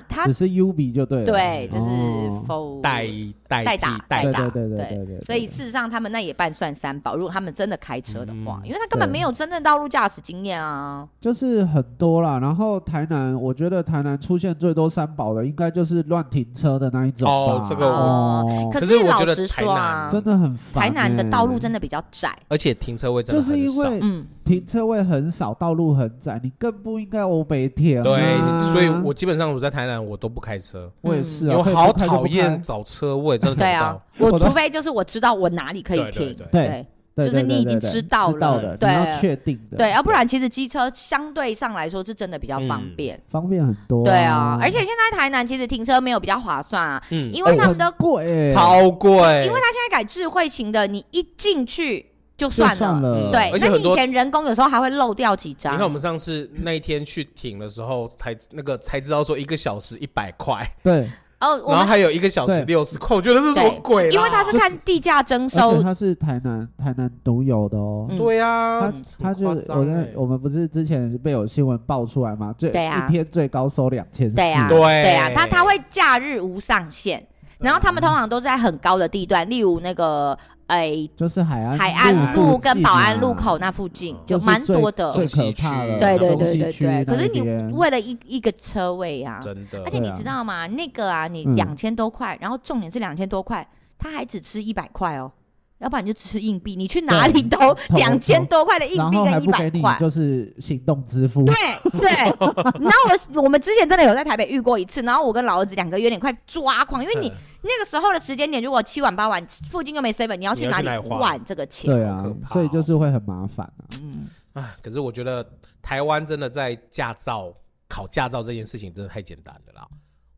S1: 那她
S3: 只是 U B 就对了。
S1: 对就是
S3: 哦
S1: 否
S2: 代代
S1: 代
S2: 替
S1: 打代
S2: 代
S3: 对
S1: 打
S3: 对对
S1: 对
S3: 对对对，
S1: 所以事实上，他们那也半算三宝。如果他们真的开车的话，
S2: 嗯
S1: 因为他根本
S3: 对
S1: 没有真正道路驾驶经验啊。
S3: 就是很多啦。然后台南，我觉得台南出现最多三宝的，应该就是乱停车的那一种
S2: 哦
S3: 吧
S2: 这个我
S3: 哦
S1: 可
S2: 可是我
S1: 老
S2: 觉得
S1: 实
S2: 台
S1: 说
S2: 南
S1: 啊，
S3: 真的很烦欸。
S1: 台南的道路真的比较窄。
S2: 而且停车位真
S3: 就
S2: 的
S3: 是
S2: 很
S3: 因
S2: 少，
S3: 为
S1: 嗯，
S3: 停车位很少，道路很窄，你更不应该欧北停啊。
S2: 对，所以
S1: 嗯
S2: 我基本上我在台南我都不开车，
S3: 我也是
S2: 因
S3: 啊，
S2: 为我
S3: 可以
S2: 好
S3: 不开就不
S2: 讨厌
S3: 开。
S2: 找车位，真的
S1: 对
S2: 找
S1: 啊
S2: 不，
S1: 我
S3: 我的
S1: 除非就是我知道我哪里可以
S2: 对对
S1: 停，
S2: 对
S3: 对对
S1: 就是
S3: 对
S1: 你
S3: 对
S1: 已经
S3: 对
S1: 知
S3: 知
S1: 道了
S3: 的，
S1: 对
S3: 你要确定的，
S1: 对，要啊不然其实机车相对上来说是真的比较方便。
S3: 方便很多。
S1: 对啊，而且现在台南其实停车没有比较划算啊，
S2: 到，嗯，
S1: 因为那时候
S3: 很贵欸，
S2: 超贵，因为
S1: 他现在改智慧型的，你一进去就
S3: 就
S1: 算了。
S3: 算了，
S1: 对，
S2: 而且
S1: 那
S2: 很
S1: 你以
S2: 多
S1: 前人工有时候还会漏掉几
S3: 啊
S1: 张。
S2: 你看我们上次那一天去停的时候，才那个才知道说一个小时一百块，
S3: 对，
S1: 哦，我
S2: 然后
S1: 们
S2: 还有一个小时六十块，我觉得是什么鬼啦？
S1: 因为它是看地价征
S3: 而且
S1: 收，
S3: 它是台南台南独有的哦。
S1: 嗯
S2: 对啊呀
S3: 他，他就
S2: 很夸张
S3: 我那
S2: 欸
S3: 我们不是之前被有新闻爆出来吗？最
S1: 对啊
S3: 一天最高收两千四，
S1: 对啊，
S2: 对
S1: 对啊，它它会假日无上限，然后他们通常都在很高的地段，例如那个哎
S3: 就是海岸
S1: 海岸路
S3: 路啊
S1: 跟保安路口
S3: 附
S1: 那附近
S2: 嗯，
S1: 就蛮多的。
S3: 最
S2: 中西
S3: 最可怕
S2: 区
S3: 了，
S1: 对对
S3: 中
S1: 对
S3: 西
S1: 对
S3: 区
S1: 对，可是
S3: 那
S1: 你
S3: 边
S1: 为了一一个车位啊，
S2: 真的
S1: 而，且
S3: 对
S1: 你
S3: 啊
S1: 知道吗？那个啊，你
S3: 嗯
S1: 两千多块，然后重点是两千多块，他还只吃一百块哦，要不然你就吃硬币，你去哪里都
S3: 投
S1: 两千多块的硬
S3: 然
S1: 币
S3: 后还
S1: 跟一
S3: 不
S1: 百
S3: 给你
S1: 块。
S3: 就是行动支付，
S1: 对对，然后我我们之前真的有在台北遇过一次，然后我跟老儿子两个有点快抓狂，因为你那个时候的时间点，如果七晚八晚附近又没 seven，你要去
S2: 你要
S1: 哪
S2: 去
S1: 里
S2: 哪里花
S1: 换这个钱？
S3: 对
S2: 好
S3: 啊
S2: 可怕哦，
S3: 所以就是会很麻烦啊。
S1: 嗯，
S2: 哎，可是我觉得台湾真的在驾照考驾照这件事情真的太简单了啦。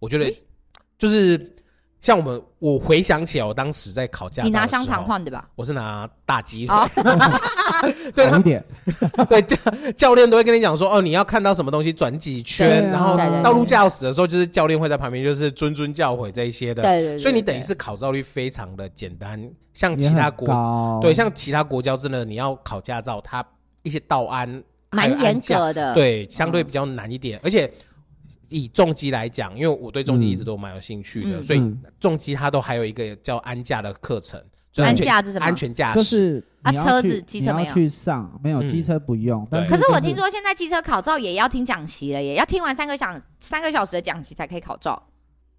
S2: 我觉得就是像我们，我回想起来，我当时在考驾照，
S1: 你拿香肠，换的吧？
S2: 我是拿大鸡腿。
S1: 哦
S2: 对
S3: 好一
S2: 他
S3: 点，
S2: 对教教练都会跟你讲说，哦，你要看到什么东西转几圈，
S3: 对啊
S2: 然后
S1: 对对对
S2: 道路驾驶的时候，就是教练会在旁边就是谆谆教诲这一些
S1: 对
S2: 的。
S1: 对对，
S2: 所以你
S1: 对
S2: 等于是考照率非常的简单，像
S3: 也
S2: 其他
S3: 很
S2: 国
S3: 高，
S2: 对，像其他国家真的你要考驾照，它一些道安
S1: 蛮严格的。，
S2: 对，相
S1: 嗯
S2: 对比较难一点，而且。以重机来讲，因为我对重机一直都蛮有兴趣的，
S1: 嗯
S2: 所以
S3: 嗯
S2: 重机它都还有一个叫安驾的课程，就
S1: 安
S2: 全
S1: 驾是什么
S2: 安全驾驶，
S3: 就是
S1: 啊
S3: 你要
S1: 车
S3: 去
S1: 子机
S3: 你
S1: 车
S3: 要
S1: 没有
S3: 去上，没有
S2: 嗯
S3: 机车不用。但
S2: 对
S1: 可
S3: 是
S1: 是我
S3: 就
S1: 听说现在汽车考照也要听讲习了耶，也要听完三个小三个小时的讲习才可以考照。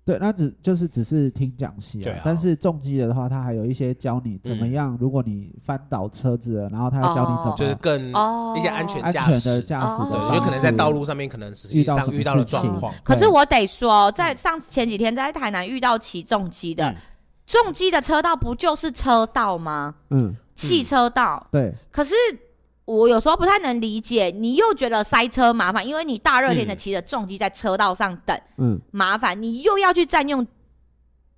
S3: 对，那只就是只是听讲习
S2: 对
S3: 啊
S2: 啊。
S3: 但是重机的话，它还有一些教你怎么
S2: 嗯
S3: 样，如果你翻倒车子了，然后它要教你怎
S1: 哦
S3: 么
S2: 就是更
S1: 哦，
S2: 嗯一些安全
S3: 安
S2: 驾
S3: 全
S2: 驶
S3: 的驾驶的
S1: 哦
S2: 对，
S3: 方
S2: 有可能在
S3: 式
S2: 道路上面可能实际
S3: 遇到
S2: 上
S3: 什么
S2: 遇到了
S3: 事情
S2: 状况，
S1: 可是
S3: 对
S1: 我得说，在上前几天在台南遇到骑重机的
S2: 嗯，
S1: 重机的车道不就是车道吗？
S3: 嗯，
S1: 汽车道。
S3: 对，
S1: 可是我有时候不太能理解，你又觉得塞车麻烦，因为你大热天的
S2: 嗯
S1: 骑着重机在车道上等、
S3: 嗯，
S1: 麻烦，你又要去占用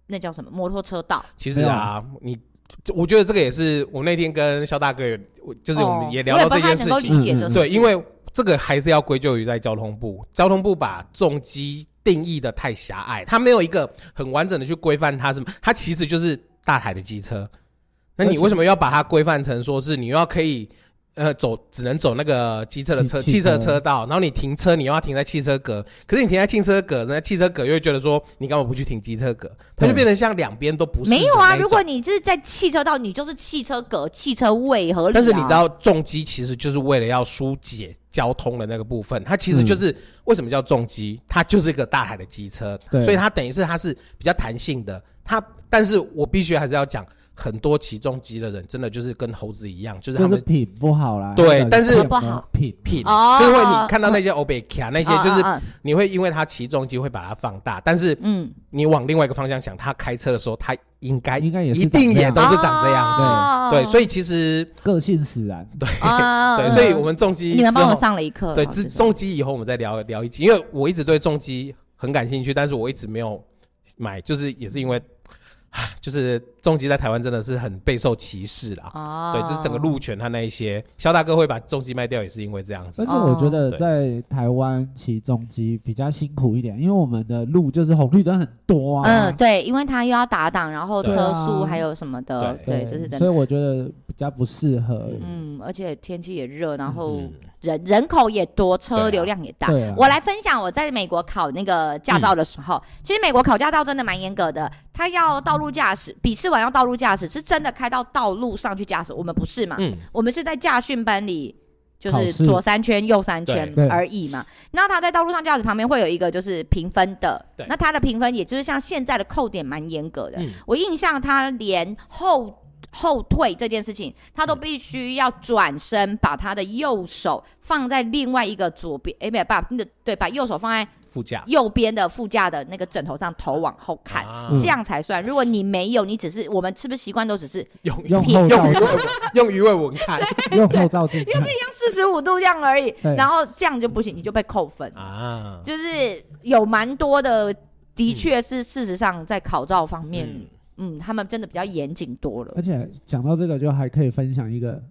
S1: 那叫什么摩托车道，
S2: 其实啊，你这我觉得这个也是我那天跟肖大哥有，我就是我
S1: 哦
S2: 们也聊到这件事
S1: 我也不太能够
S2: 情，
S1: 理解
S3: 嗯
S1: 这
S3: 嗯
S1: 事
S2: 对，因为这个还是要归咎于在交通部，交通部把重机定义的太狭隘，它没有一个很完整的去规范它什么，它其实就是大台的机车。那
S3: 而
S2: 你
S3: 且
S2: 为什么要把它规范成说是你又要可以呃走只能走那个机车的
S3: 汽
S2: 车
S3: 汽
S2: 汽车的
S3: 车
S2: 车道，然后你停车你又要停在汽车格，可是你停在汽车格，人家汽车格又会觉得说你干嘛不去停机车格，它就
S3: 对
S2: 变成像两边都不是
S1: 没有
S2: 的
S1: 啊。
S2: 那一
S1: 如果
S2: 种
S1: 你是在汽车道，你就是汽车格、汽车位合理、啊。
S2: 但是你知，道，重机其实就是为了要疏解交通的那个部分，它其实
S3: 嗯
S2: 就是、为什么叫重机，它就是一个大海的机车，
S3: 对
S2: 所以它等于是它是比较弹性的。它，但是我必须还是要讲，很多骑重机的人真的就是跟猴子一样，就是他
S3: 就是
S2: 们
S3: 品不好啦。
S2: 对
S3: 那个
S2: 但是
S3: 品
S1: 不好
S3: 品
S2: 品，
S1: 哦
S2: 就是会你看到那些欧北卡那些，就是
S1: 嗯
S2: 你会因为他骑重机会把它放大，但是
S1: 嗯，
S2: 你往另外一个方向想，他开车的时候，他应该
S3: 应该也是
S2: 一定
S3: 长这
S2: 也
S3: 样
S2: 都是长这样子。
S1: 哦
S2: 对，所以其实
S3: 个性使然。
S2: 对，所以我们重机
S1: 嗯你们
S2: 之
S1: 帮我
S2: 后
S1: 上了一课，
S2: 对，
S1: 好
S2: 这
S1: 就是
S2: 重机以后我们再聊聊一集，因为我一直对重机很感兴趣，但是我一直没有买，就是也是因为， 唉就是重机在台湾真的是很备受歧视啦。
S1: 哦，
S2: 对，就是整个路权它那一些，肖大哥会把重机卖掉，也是因为这样子
S3: 而。且我觉
S2: 哦
S3: 得
S2: 对
S3: 在台湾骑重机比较辛苦一点，因为我们的路就是红绿灯很多啊。
S1: 嗯，对，因为他又要打档，然后
S2: 对
S1: 车
S3: 啊
S1: 速还有什么的，对，这是真
S3: 所
S1: 的。
S3: 以我觉得比较不适合。
S1: 嗯，而且天气也热，然后
S2: 嗯
S1: 人人口也多，车
S2: 对啊
S1: 流量也大。
S3: 对啊
S1: 我来分享我在美国考那个驾照的时候，
S3: 嗯
S1: 其实美国考驾照真的蛮严格的，他要道路驾驶，笔试完要道路驾驶，是真的开到道路上去驾驶，我们不是嘛？
S2: 嗯，
S1: 我们是在驾训班里，就
S3: 考
S1: 是
S3: 试
S1: 左三圈右三圈
S3: 对对
S1: 而已嘛。那他在道路上驾驶旁边会有一个就是评分的
S2: 对，
S1: 那他的评分也就是像现在的扣点蛮严格的。
S2: 嗯
S1: 我印象他连后。后退这件事情，他都必须要转身，把他的右手放在另外一个左边，哎，没有，把那个对，把右手放在
S2: 副驾
S1: 右边的副驾的那个枕头上，头往后看，
S2: 啊
S3: 嗯
S1: 这样才算。如果你没有，你只是我们是不是习惯都只是
S2: 用
S3: 用
S1: 屁
S3: 后照
S2: 用鱼尾纹用鱼尾 纹看
S3: 用后照镜看，
S1: 四十五度这样而已，
S3: 对
S1: 然后这样就不行，你就被扣分。
S2: 啊，
S1: 就是有蛮多的，的确是事实上在考照方面，
S2: 嗯
S1: 嗯他们真的比较严谨多了
S3: 而。且讲到这个，就还可以分享一个，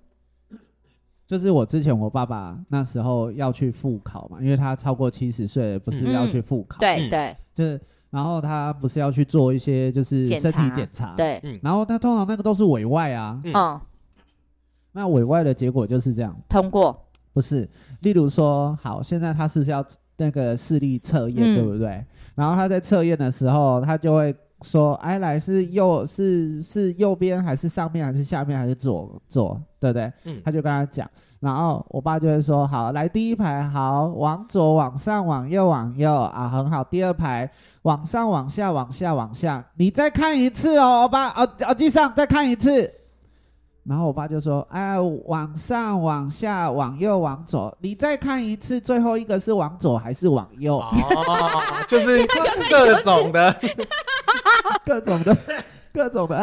S3: 就是我之前我爸爸那时候要去复考嘛，因为他超过七十岁了，不是要去复考，，
S1: 对
S2: 嗯
S1: 对
S3: 就是然后他不是要去做一些就是
S1: 检
S3: 身体
S1: 查
S3: 检查，，
S1: 对，
S3: 然后他通常那个都是委外啊，
S2: 嗯
S1: 嗯，
S3: 那委外的结果就是这样，
S1: 通过，
S3: 不是，例如说，好，现在他是不是要那个视力测
S1: 嗯
S3: 验，对不对？然后他在测验的时候，他就会说，哎，来是右是是右边还是上面还是下面还是左左，对不对？
S2: 嗯
S3: 他就跟他讲，然后我爸就会说，好，来第一排，好，往左往上往右往右啊，很好。第二排往上往下往下往下，你再看一次哦，欧巴，耳耳机上再看一次。然后我爸就说：“哎，往上、往下、往右、往左，你再看一次，最后一个是往左还是往右？
S2: 哦，就是各种的
S3: 各种的，各种的。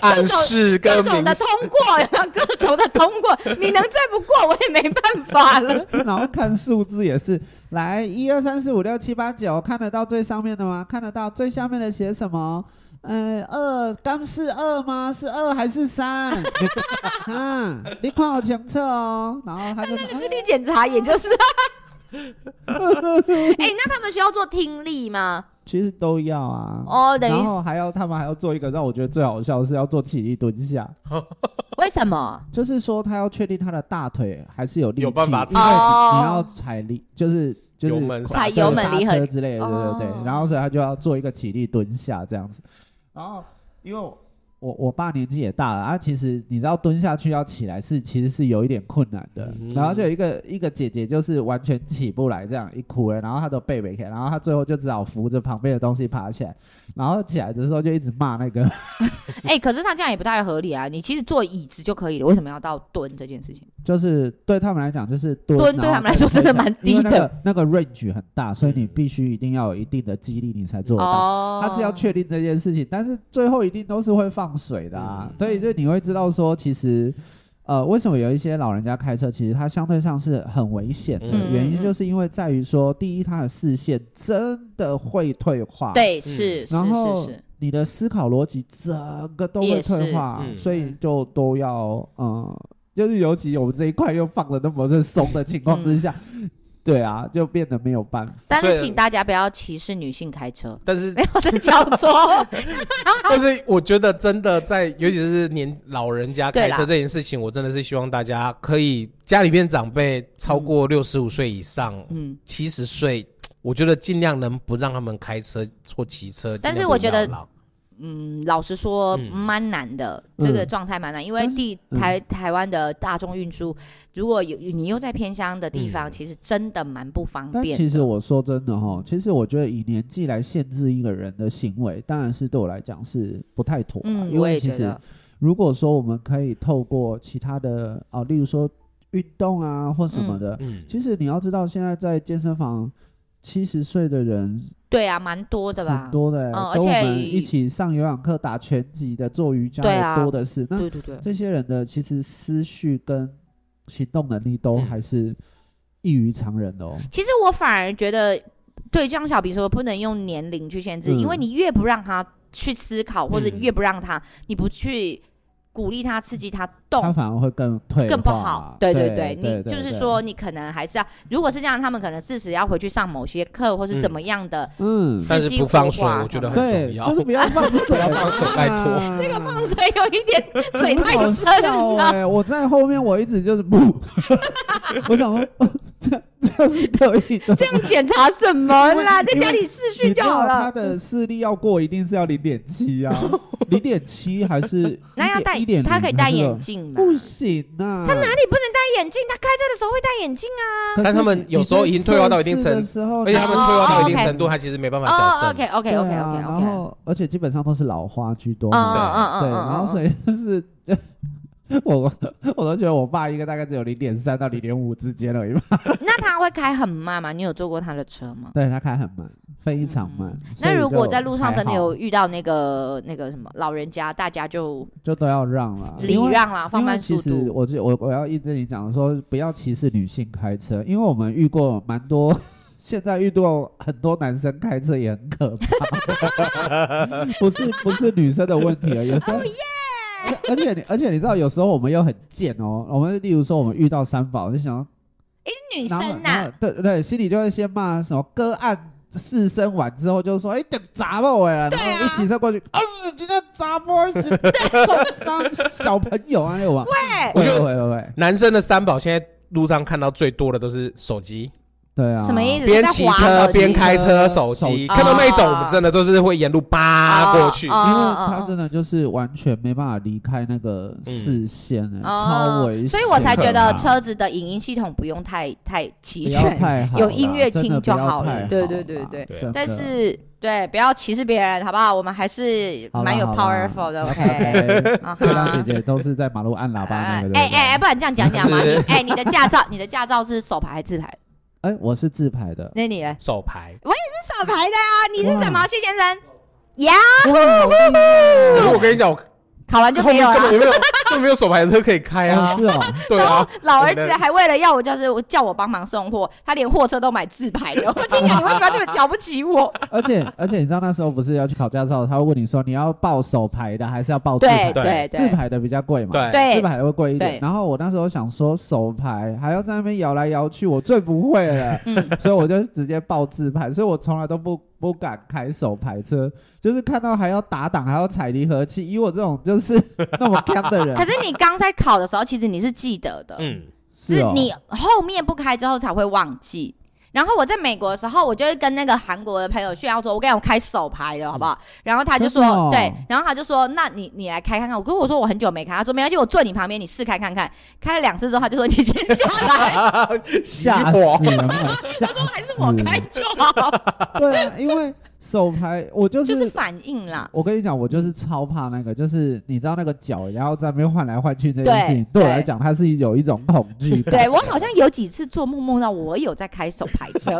S2: 暗示
S1: 各
S2: 跟
S1: 种
S2: 明
S1: 的
S2: 示
S1: 通，过，各种的通 过，你能再不过我也没办法了。
S3: 然后看数字也是，来一二三四五六七八九，看得到最上面的吗？看得到最下面的写什么？嗯，二刚是二吗？是二还 是三？啊，你看我前侧哦。然后他就说：“
S1: 视力检查也就是，哎、那他们需要做听力吗？
S3: 其实都要啊。
S1: 哦，等
S3: 然
S1: 于
S3: 后还要他们还要做一个让我觉得最好笑的是要做起立蹲下，
S1: 为什么？
S3: 就是说他要确定他的大腿还是有力气，
S2: 有办法
S3: 因为
S1: 哦
S3: 你要踩力，就是就是
S2: 油门
S1: 踩油门离
S3: 刹
S1: 合
S3: 车之类的，对对
S1: 哦
S3: 对。然后所以他就要做一个起立蹲下这样子。然后因为我我我爸年纪也大了啊，其实你知道蹲下去要起来是其实是有一点困难的。
S2: 嗯
S3: 然后就有一个一个姐姐就是完全起不来，这样一哭了，然后她都背背开，然后她最后就只好扶着旁边的东西爬起来，然后起来的时候就一直骂那个
S1: 哎、可是他这样也不太合理啊！你其实坐椅子就可以了，为什么要到蹲这件事情？
S3: 就是对他们来讲，就是蹲
S1: 蹲
S3: 然后
S1: 对他们来说真的蛮低的嗯
S3: 因为那个那个 range 很大，所以你必须一定要有一定的激励，你才做得到。
S1: 哦
S3: 他是要确定这件事情，但是最后一定都是会放水的啊
S2: 嗯。
S3: 所以就你会知道说，其实呃，为什么有一些老人家开车，其实他相对上是很危险的，
S2: 嗯
S3: 原因就是因为在于说，第一，他的视线真的会退化，
S1: 对，
S2: 嗯
S1: 是、
S3: 然
S1: 是是
S3: 后
S1: 是，
S3: 你的思考逻辑整个都会退化
S2: 也，是嗯
S3: 所以就都要嗯，就是尤其我们这一块又放的那么是松的情况之下，
S2: 嗯
S3: 对啊，就变得没有办法。
S1: 但
S2: 所
S1: 是
S2: 以
S1: 请大家不要歧视女性开车，
S2: 但是
S1: 没有在叫 做
S2: 但是我觉得真的在，尤其是年老人家
S1: 对
S2: 开
S1: 啦
S2: 车这件事情，我真的是希望大家可以家里面长辈超过六十五岁以上，
S1: 嗯。
S2: 七十岁，我觉得尽量能不让他们开车或骑车。
S1: 但是
S2: 尽量不
S1: 我觉得
S2: 要啦
S1: 嗯，老实说
S2: 嗯
S1: 蛮难的，
S3: 嗯
S1: 这个状态蛮难，因为
S3: 但是
S1: 地
S3: 嗯
S1: 台台湾的大众运输，如果有你又在偏乡的地方，
S2: 嗯
S1: 其实真的蛮不方
S3: 但
S1: 便的。
S3: 其实我说真的哈，其实我觉得以年纪来限制一个人的行为，当然是对我来讲是不太妥啦、
S1: 嗯，
S3: 因
S1: 我也
S3: 为其
S1: 觉
S3: 实
S1: 得，
S3: 如果说我们可以透过其他的啊、例如说运动啊或什么的，
S2: 嗯，
S3: 其实你要知道，现在在健身房七十岁的人
S1: 对啊，蛮多的吧
S3: 很？多的、欸
S1: 嗯
S3: 跟我
S1: 而且
S3: 们一起上有氧课、打拳击的、做瑜伽
S1: 对啊
S3: 的多的是。那
S1: 对对对，
S3: 这些人的其实思绪跟行动能力都
S2: 嗯
S3: 还是异于常人的哦。
S1: 其实我反而觉得，对江小比说不能用年龄去限制，
S3: 嗯
S1: 因为你越不让他去思考，或者你越不让他，你不去鼓励他、刺激他动
S3: 他，反而会更退化，
S1: 哦更不好。对
S3: 对
S1: 对，你就是，说，你可能还是要，如果是这样，他们可能事实要回去上某些课，或是怎么样的。
S3: 嗯，
S2: 但是不放水，
S1: 刺激活化
S2: 我觉得很 重
S3: 对，
S2: 要。
S3: 就是不要 放水，不
S2: 要放水拜托
S3: 这个放
S1: 所以有一 点水太
S3: 好
S1: 深
S3: 笑
S1: 了。
S3: 哎！ 我在后面，我一直就是不，我想说，呃这这是可以的。
S1: 这样检查什么啦？
S3: 因
S1: 在家
S3: 为
S1: 里试训
S3: 你知
S1: 就好
S3: 道他
S1: 了。
S3: 的视力要过，一定是要零点七 啊，零点七还是
S1: 那要戴
S3: 一点，，
S1: 他可以戴眼，镜嘛？
S3: 不行啊！
S1: 他哪里不能戴眼镜？啊他开车的时候会戴眼镜啊。
S3: 可是
S2: 但他们有时候已经退化到一定程
S3: 你在测试的时候，
S2: 而且他们
S1: 哦
S2: 退化到一定
S1: 哦，OK
S2: 程度，他其实没办法
S1: 哦
S2: 矫正。
S1: ，OK OK
S3: 对
S1: OK
S3: 啊
S1: OK
S3: 然
S1: OK。
S3: 后而且基本上都是老花居多
S1: 嗯嗯
S3: 嘛，对，
S1: 嗯，
S3: 然后所
S1: 以
S3: 以就是 我我都觉得我爸一个大概只有零点三到零点五之间而已吧。
S1: 那他会开很慢吗？你有坐过他的车吗？
S3: 对他开很慢，非常慢。所
S1: 嗯那
S3: 以
S1: 如果
S3: 就
S1: 在路上
S3: 还
S1: 真的
S3: 好
S1: 有遇到那个那个什么老人家，大家就
S3: 就都要让了，
S1: 礼
S3: 因为
S1: 让啦，放
S3: 因为
S1: 慢
S3: 其
S1: 速
S3: 实
S1: 度。
S3: 我就我我要一直你讲说，不要歧视女性开车，因为我们遇过蛮多，现在遇到很多男生开车也很可怕， 不是不是女生的问题了，有时
S1: 哦
S3: 候。而而且你，而且你知道，有时候我们又很贱哦。我们例如说，我们遇到三宝，就想
S1: 诶，女
S3: 然后
S1: 生啊
S3: 然
S1: 呐
S3: 后，对对，心里就会先骂什么割案四声完之后，就说哎等砸了我呀，然
S1: 对啊
S3: 后一起 身过去，啊你这砸不好意思，重伤小朋友啊，那种啊。
S1: 对，
S2: 我
S3: 会
S2: 觉得
S3: 会会会，
S2: 男生的三宝现在路上看到最多的都是手机，
S3: 对啊，
S1: 什么意思？
S2: 边
S1: 在
S2: 骑
S1: 滑手
S2: 车
S1: 机
S2: 边开车，手
S3: 手
S2: 机
S3: 机
S2: 看到那一种，
S1: 哦
S2: 我们真的都是会沿路扒过去
S1: 哦。
S3: 因为
S1: 哦哦
S3: 他真的就是完全没办法离开那个视线、欸，超危险、
S1: 嗯哦所以我才觉得
S3: 啊
S1: 车子的影音系统不用太太齐
S3: 不要
S1: 全。
S3: 太好啦，啊
S1: 有音乐听
S3: 真的不
S1: 就
S3: 要
S1: 好了
S3: 太
S1: 对
S3: 好
S1: 对
S3: 啦
S1: 对对
S2: 对
S3: 真的
S1: 但是对，不要歧视别人，好不好？我们还是
S3: 好啦
S1: 蛮有
S3: 好啦
S1: powerful 的
S3: 好啦 哎
S1: ，OK。啊
S3: 漂亮
S1: 哈
S3: 姐姐都是在马路按喇叭那
S1: 哎
S3: 个，对不对
S1: 哎哎，不然这样讲讲 嘛，你
S2: 是
S1: 哎，你的驾照，你的驾照是手牌还是自牌？
S3: 哎，我是自 拍的，
S1: 那你呢？
S2: 手牌，
S1: 手牌的啊，你是
S3: 哇
S1: 什么？谢先生，呀，
S3: 哇好厉害
S2: 可是我跟你讲，我
S1: 考完就
S2: 后
S1: 没
S2: 面
S1: 有
S2: 根
S1: 了啊
S2: 本。也没有，就没有手排车可以
S1: 哎
S2: 开啊
S3: 哦，，是哦，
S2: 对
S1: 然
S2: 啊
S1: 后，老儿子
S2: 对
S1: 还为了要我，就是我叫我帮忙送货，他连货车都买自排 的。我心想，你为什么这么瞧不起我？
S3: 而且而且你知道那时候不是要去考驾照，他会问你说你要报手牌的还是要报自
S1: 对
S3: 牌？
S1: 对
S3: 自
S1: 对
S3: 牌的比较贵嘛，
S2: 对
S1: 对
S3: 自牌会贵一点。
S1: 对
S3: 然后我那时候想说手牌还要在那边摇来摇去，我最不会了，
S1: 嗯
S3: 所以我就直接报自牌，所以我从来都不不敢开手牌车，就是看到还要打档还要踩离合器，以我这种就是 那么坑 的人
S1: 可，是你刚在考的时候，其实你是记得的，
S2: 嗯，
S1: 是
S3: 哦，
S1: 你后面不开之后才会忘记。然后我在美国的时候，我就会跟那个韩国的朋友炫耀说：“我跟你讲我开手牌的好不好？”然后他就说：“
S3: 嗯真的哦
S1: 对。”然后他就说：“那你你来开看看。”我跟我说我很久没开，他说：“没关系，我坐你旁边，你试开看看。”开了两次之后，他就说：“你先下来。
S2: 熄
S3: 吓死
S2: 火，
S3: 人 了，”
S1: 他
S3: 吓
S1: 说：“还是
S3: 死
S1: 我
S3: 人
S1: 开就好。
S3: 对啊，因为手牌我就”
S1: 就是是反应啦。
S3: 我跟你讲，我就是超怕那个，就是你知道那个脚，然后在那边换来换去这
S1: 对
S3: 件事情，
S1: 对
S3: 对我来讲，它是有一种恐惧感。
S1: 对我好像有几次做梦梦到我有在开手牌 车，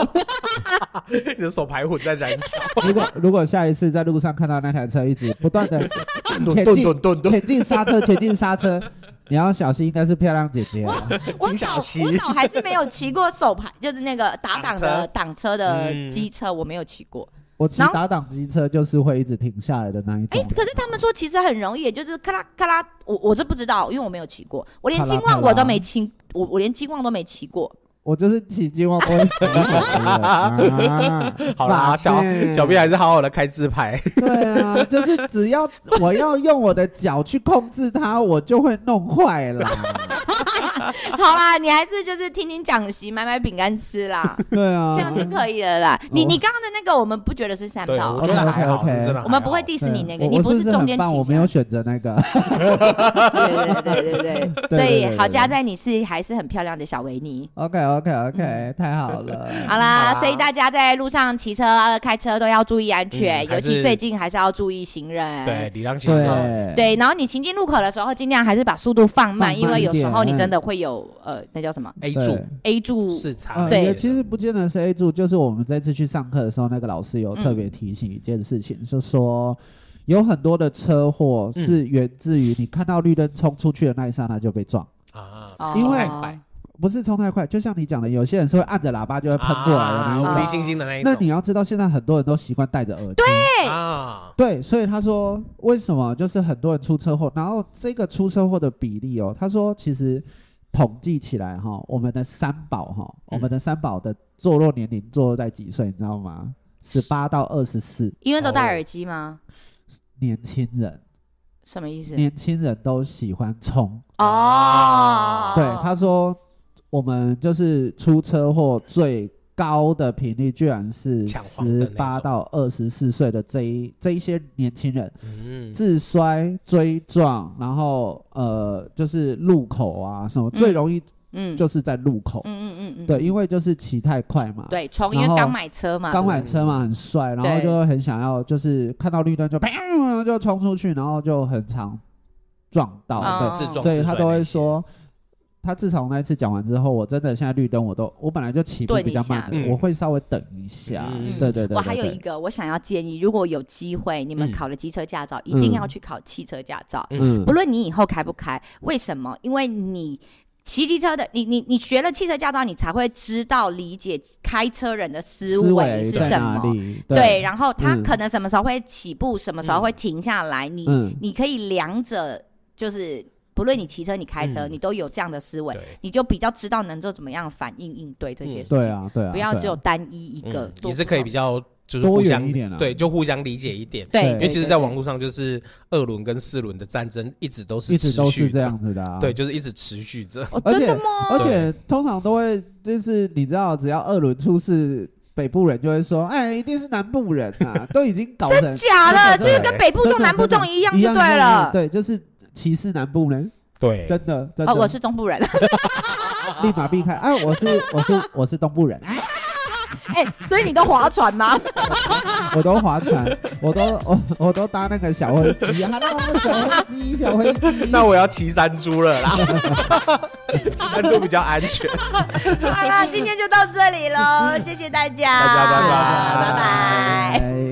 S2: 你的手排魂在燃烧，
S3: 如果如果下一次在路上看到那台车一直不断的
S2: 顿
S3: 前
S2: 顿
S3: 进
S2: 顿顿顿，
S3: 前进刹车、前进刹车，你要小心，应该是漂亮姐姐啊。
S1: 我
S2: 金
S1: 早
S2: 小溪
S1: 我早还是没有骑过手牌，就是那个打档的挡车的
S2: 嗯
S1: 机车，我没有骑过。
S3: 我骑
S1: 然后
S3: 打档机车就是会一直停下来的那一
S1: 哎、
S3: 种。
S1: 可是他们说其实很容易，也就是咔啦咔啦，我我这不知道，因为我没有骑过，我连
S3: 咔啦
S1: 金
S3: 咔
S1: 旺
S3: 啦
S1: 我都没骑，我我连金旺都没骑过。
S3: 我就是骑金旺都会死死的 啊
S2: 好啦，小
S3: 把妹
S2: 小 B 还是好好的开自拍，
S3: 对啊，就是只要我要用我的脚去控制它，我就会弄坏啦。
S1: 好啦，你还是就是听听讲席，买买饼干吃啦，
S3: 对啊，
S1: 这样就可以了啦。你
S3: 我
S1: 你刚刚的那个我们不觉得是三
S2: 对，我
S1: 宝
S2: 觉，得还好，
S3: OK，OK，OK
S2: 真的还好，
S1: 我们不会 diss 你那个，你不
S3: 是
S1: 中间
S3: 很棒，
S1: 起
S3: 我没
S1: 跳
S3: 有选择那个。
S1: 对对对对对，所
S3: 对对
S1: 以
S3: 对
S1: 好加在你是还是很漂亮的小维尼。
S3: OK
S1: 嗯
S3: OK OK，太好了。
S1: 好啦，
S2: 好啦
S1: 所以大家在路上骑车、呃开车都要注意安全，
S2: 嗯还
S1: 尤
S2: 是
S1: 其最近还是要注意行人。
S2: 对，李当行人，
S3: 对，
S1: 对然后你行进路口的时候，尽量还是把速度放慢，
S3: 放慢
S1: 因为有时候
S3: 一点嗯
S1: 你真的会有呃，那叫什么
S2: ，A
S3: 对
S2: 柱
S1: A 柱。
S2: 视察，
S3: 呃
S1: 对
S3: 也其实不见得是 A 柱，就是我们这次去上课的时候，那个老师有特别提醒一件事情，就说有很多的车祸是源自于你看到绿灯冲出去的那一刹那就被撞，
S2: 啊，
S1: 哦
S3: 因为
S2: 太快
S3: 不是冲太快，就像你讲的，有些人是会按着喇叭就会喷过来的那一
S1: 啊
S3: 种。
S2: 无敌星星的那一
S3: 那你
S2: 种，
S3: 要知道，现在很多人都习惯戴着耳机。
S2: 啊，
S3: 对，所以他说为什么就是很多人出车祸，然后这个出车祸的比例哦，他说其实统计起来哈、我们的三宝哈、我
S2: 嗯
S3: 们的三宝的坐落年龄坐落在几岁，你知道吗？十八到二十四，
S1: 因为都戴耳机吗？
S3: 年轻人，
S1: 什么意思？
S3: 年轻人都喜欢冲。
S1: 哦，
S3: 对，他说我们就是出车祸最高的频率，居然是
S2: 抢黄灯
S3: 十
S2: 那种
S3: 八到二十四岁的这一这一些年轻人。
S2: 嗯，
S3: 自摔、追撞，然后呃，就是路口啊什么，
S1: 嗯
S3: 最容易
S1: 嗯，
S3: 就是在路口
S1: 嗯。嗯嗯嗯，
S3: 对，因为就是骑太快嘛，，
S1: 对，从因为
S3: 然后
S1: 刚买车嘛，
S3: 刚买车嘛，很帅，然后
S1: 对
S3: 就很想要，就是看到绿灯就砰，然后就冲出去，然后就很常撞到。
S1: 哦
S2: 自
S3: 对，
S2: 撞，
S3: 所以他都会，说。他自从那一次讲完之后，我真的现在绿灯我都，我本来就起步
S1: 顿一
S3: 比较慢
S1: 下
S3: 的，
S2: 嗯
S3: 我会稍微等一下。
S2: 嗯
S3: 对对对对
S1: 我还有
S3: 对
S1: 一个，我想要建议，如果有机会，你们
S2: 嗯
S1: 考了机车驾照，一定
S3: 嗯
S1: 要去考汽车驾照，
S3: 嗯
S1: 不论你以后开不开。为什么？因为你骑机车的，你你你学了汽车驾照，你才会知道理解开车人的思
S3: 思维
S1: 是
S3: 在
S1: 什
S3: 哪
S1: 么。
S3: 里？
S1: 对，，然后他
S3: 嗯
S1: 可能什么时候会起步，什么时
S2: 嗯
S1: 候会停下来，你
S3: 嗯，
S1: 你可以两者就是。不论你骑车、你开车，
S2: 嗯
S1: 你都有这样的思维，
S2: 对，
S1: 你就比较知道能够怎么样反应应对这些
S2: 嗯
S1: 事情。
S3: 对啊，对啊，
S1: 不要
S3: 对啊
S1: 只有单一一个
S2: 嗯，
S1: 多
S2: 也是
S1: 不
S2: 可以
S1: 同
S2: 比较就是
S3: 多
S2: 互
S3: 元
S2: 相
S3: 一点啊
S2: 对，就互相理解一点。
S1: 对，
S3: 对
S1: 对
S2: 因为其实，
S1: 对
S2: 在网络上，就是二轮跟四轮的战争一直都是
S3: 一直都
S2: 持续的
S3: 是这，样子的、啊。
S2: 对，，就是一直持续着。
S1: 哦，
S3: 而
S1: 真的
S3: 且
S1: 吗？
S3: 而且通常都会就是你知道，只要二轮出事，北部人就会说：“哎，一定是南部人啊，都已经搞成
S1: 假的，
S3: 真的
S1: 就是跟北部
S3: 真
S1: 种
S3: 的
S1: 南部
S3: 真的
S1: 种一样
S3: 一
S1: 就
S3: 样一
S1: 对
S3: 样
S1: 了。
S3: 对，就是歧视南部人，
S2: 对
S3: 真的真的。
S1: 哦，我是中部人，
S3: 立马避开。哎，我是我是我是东部人，
S1: 哎、所以你都划船吗？
S3: 我都划船，我都我我都搭那个小飞机，Hello，小飞机，小飞机。
S2: 那我要骑山猪了啦， 骑山猪比较安全。
S1: 好了，今天就到这里喽，谢谢大家，
S2: 大家拜
S1: 拜
S2: 拜
S1: 啊拜。
S3: 拜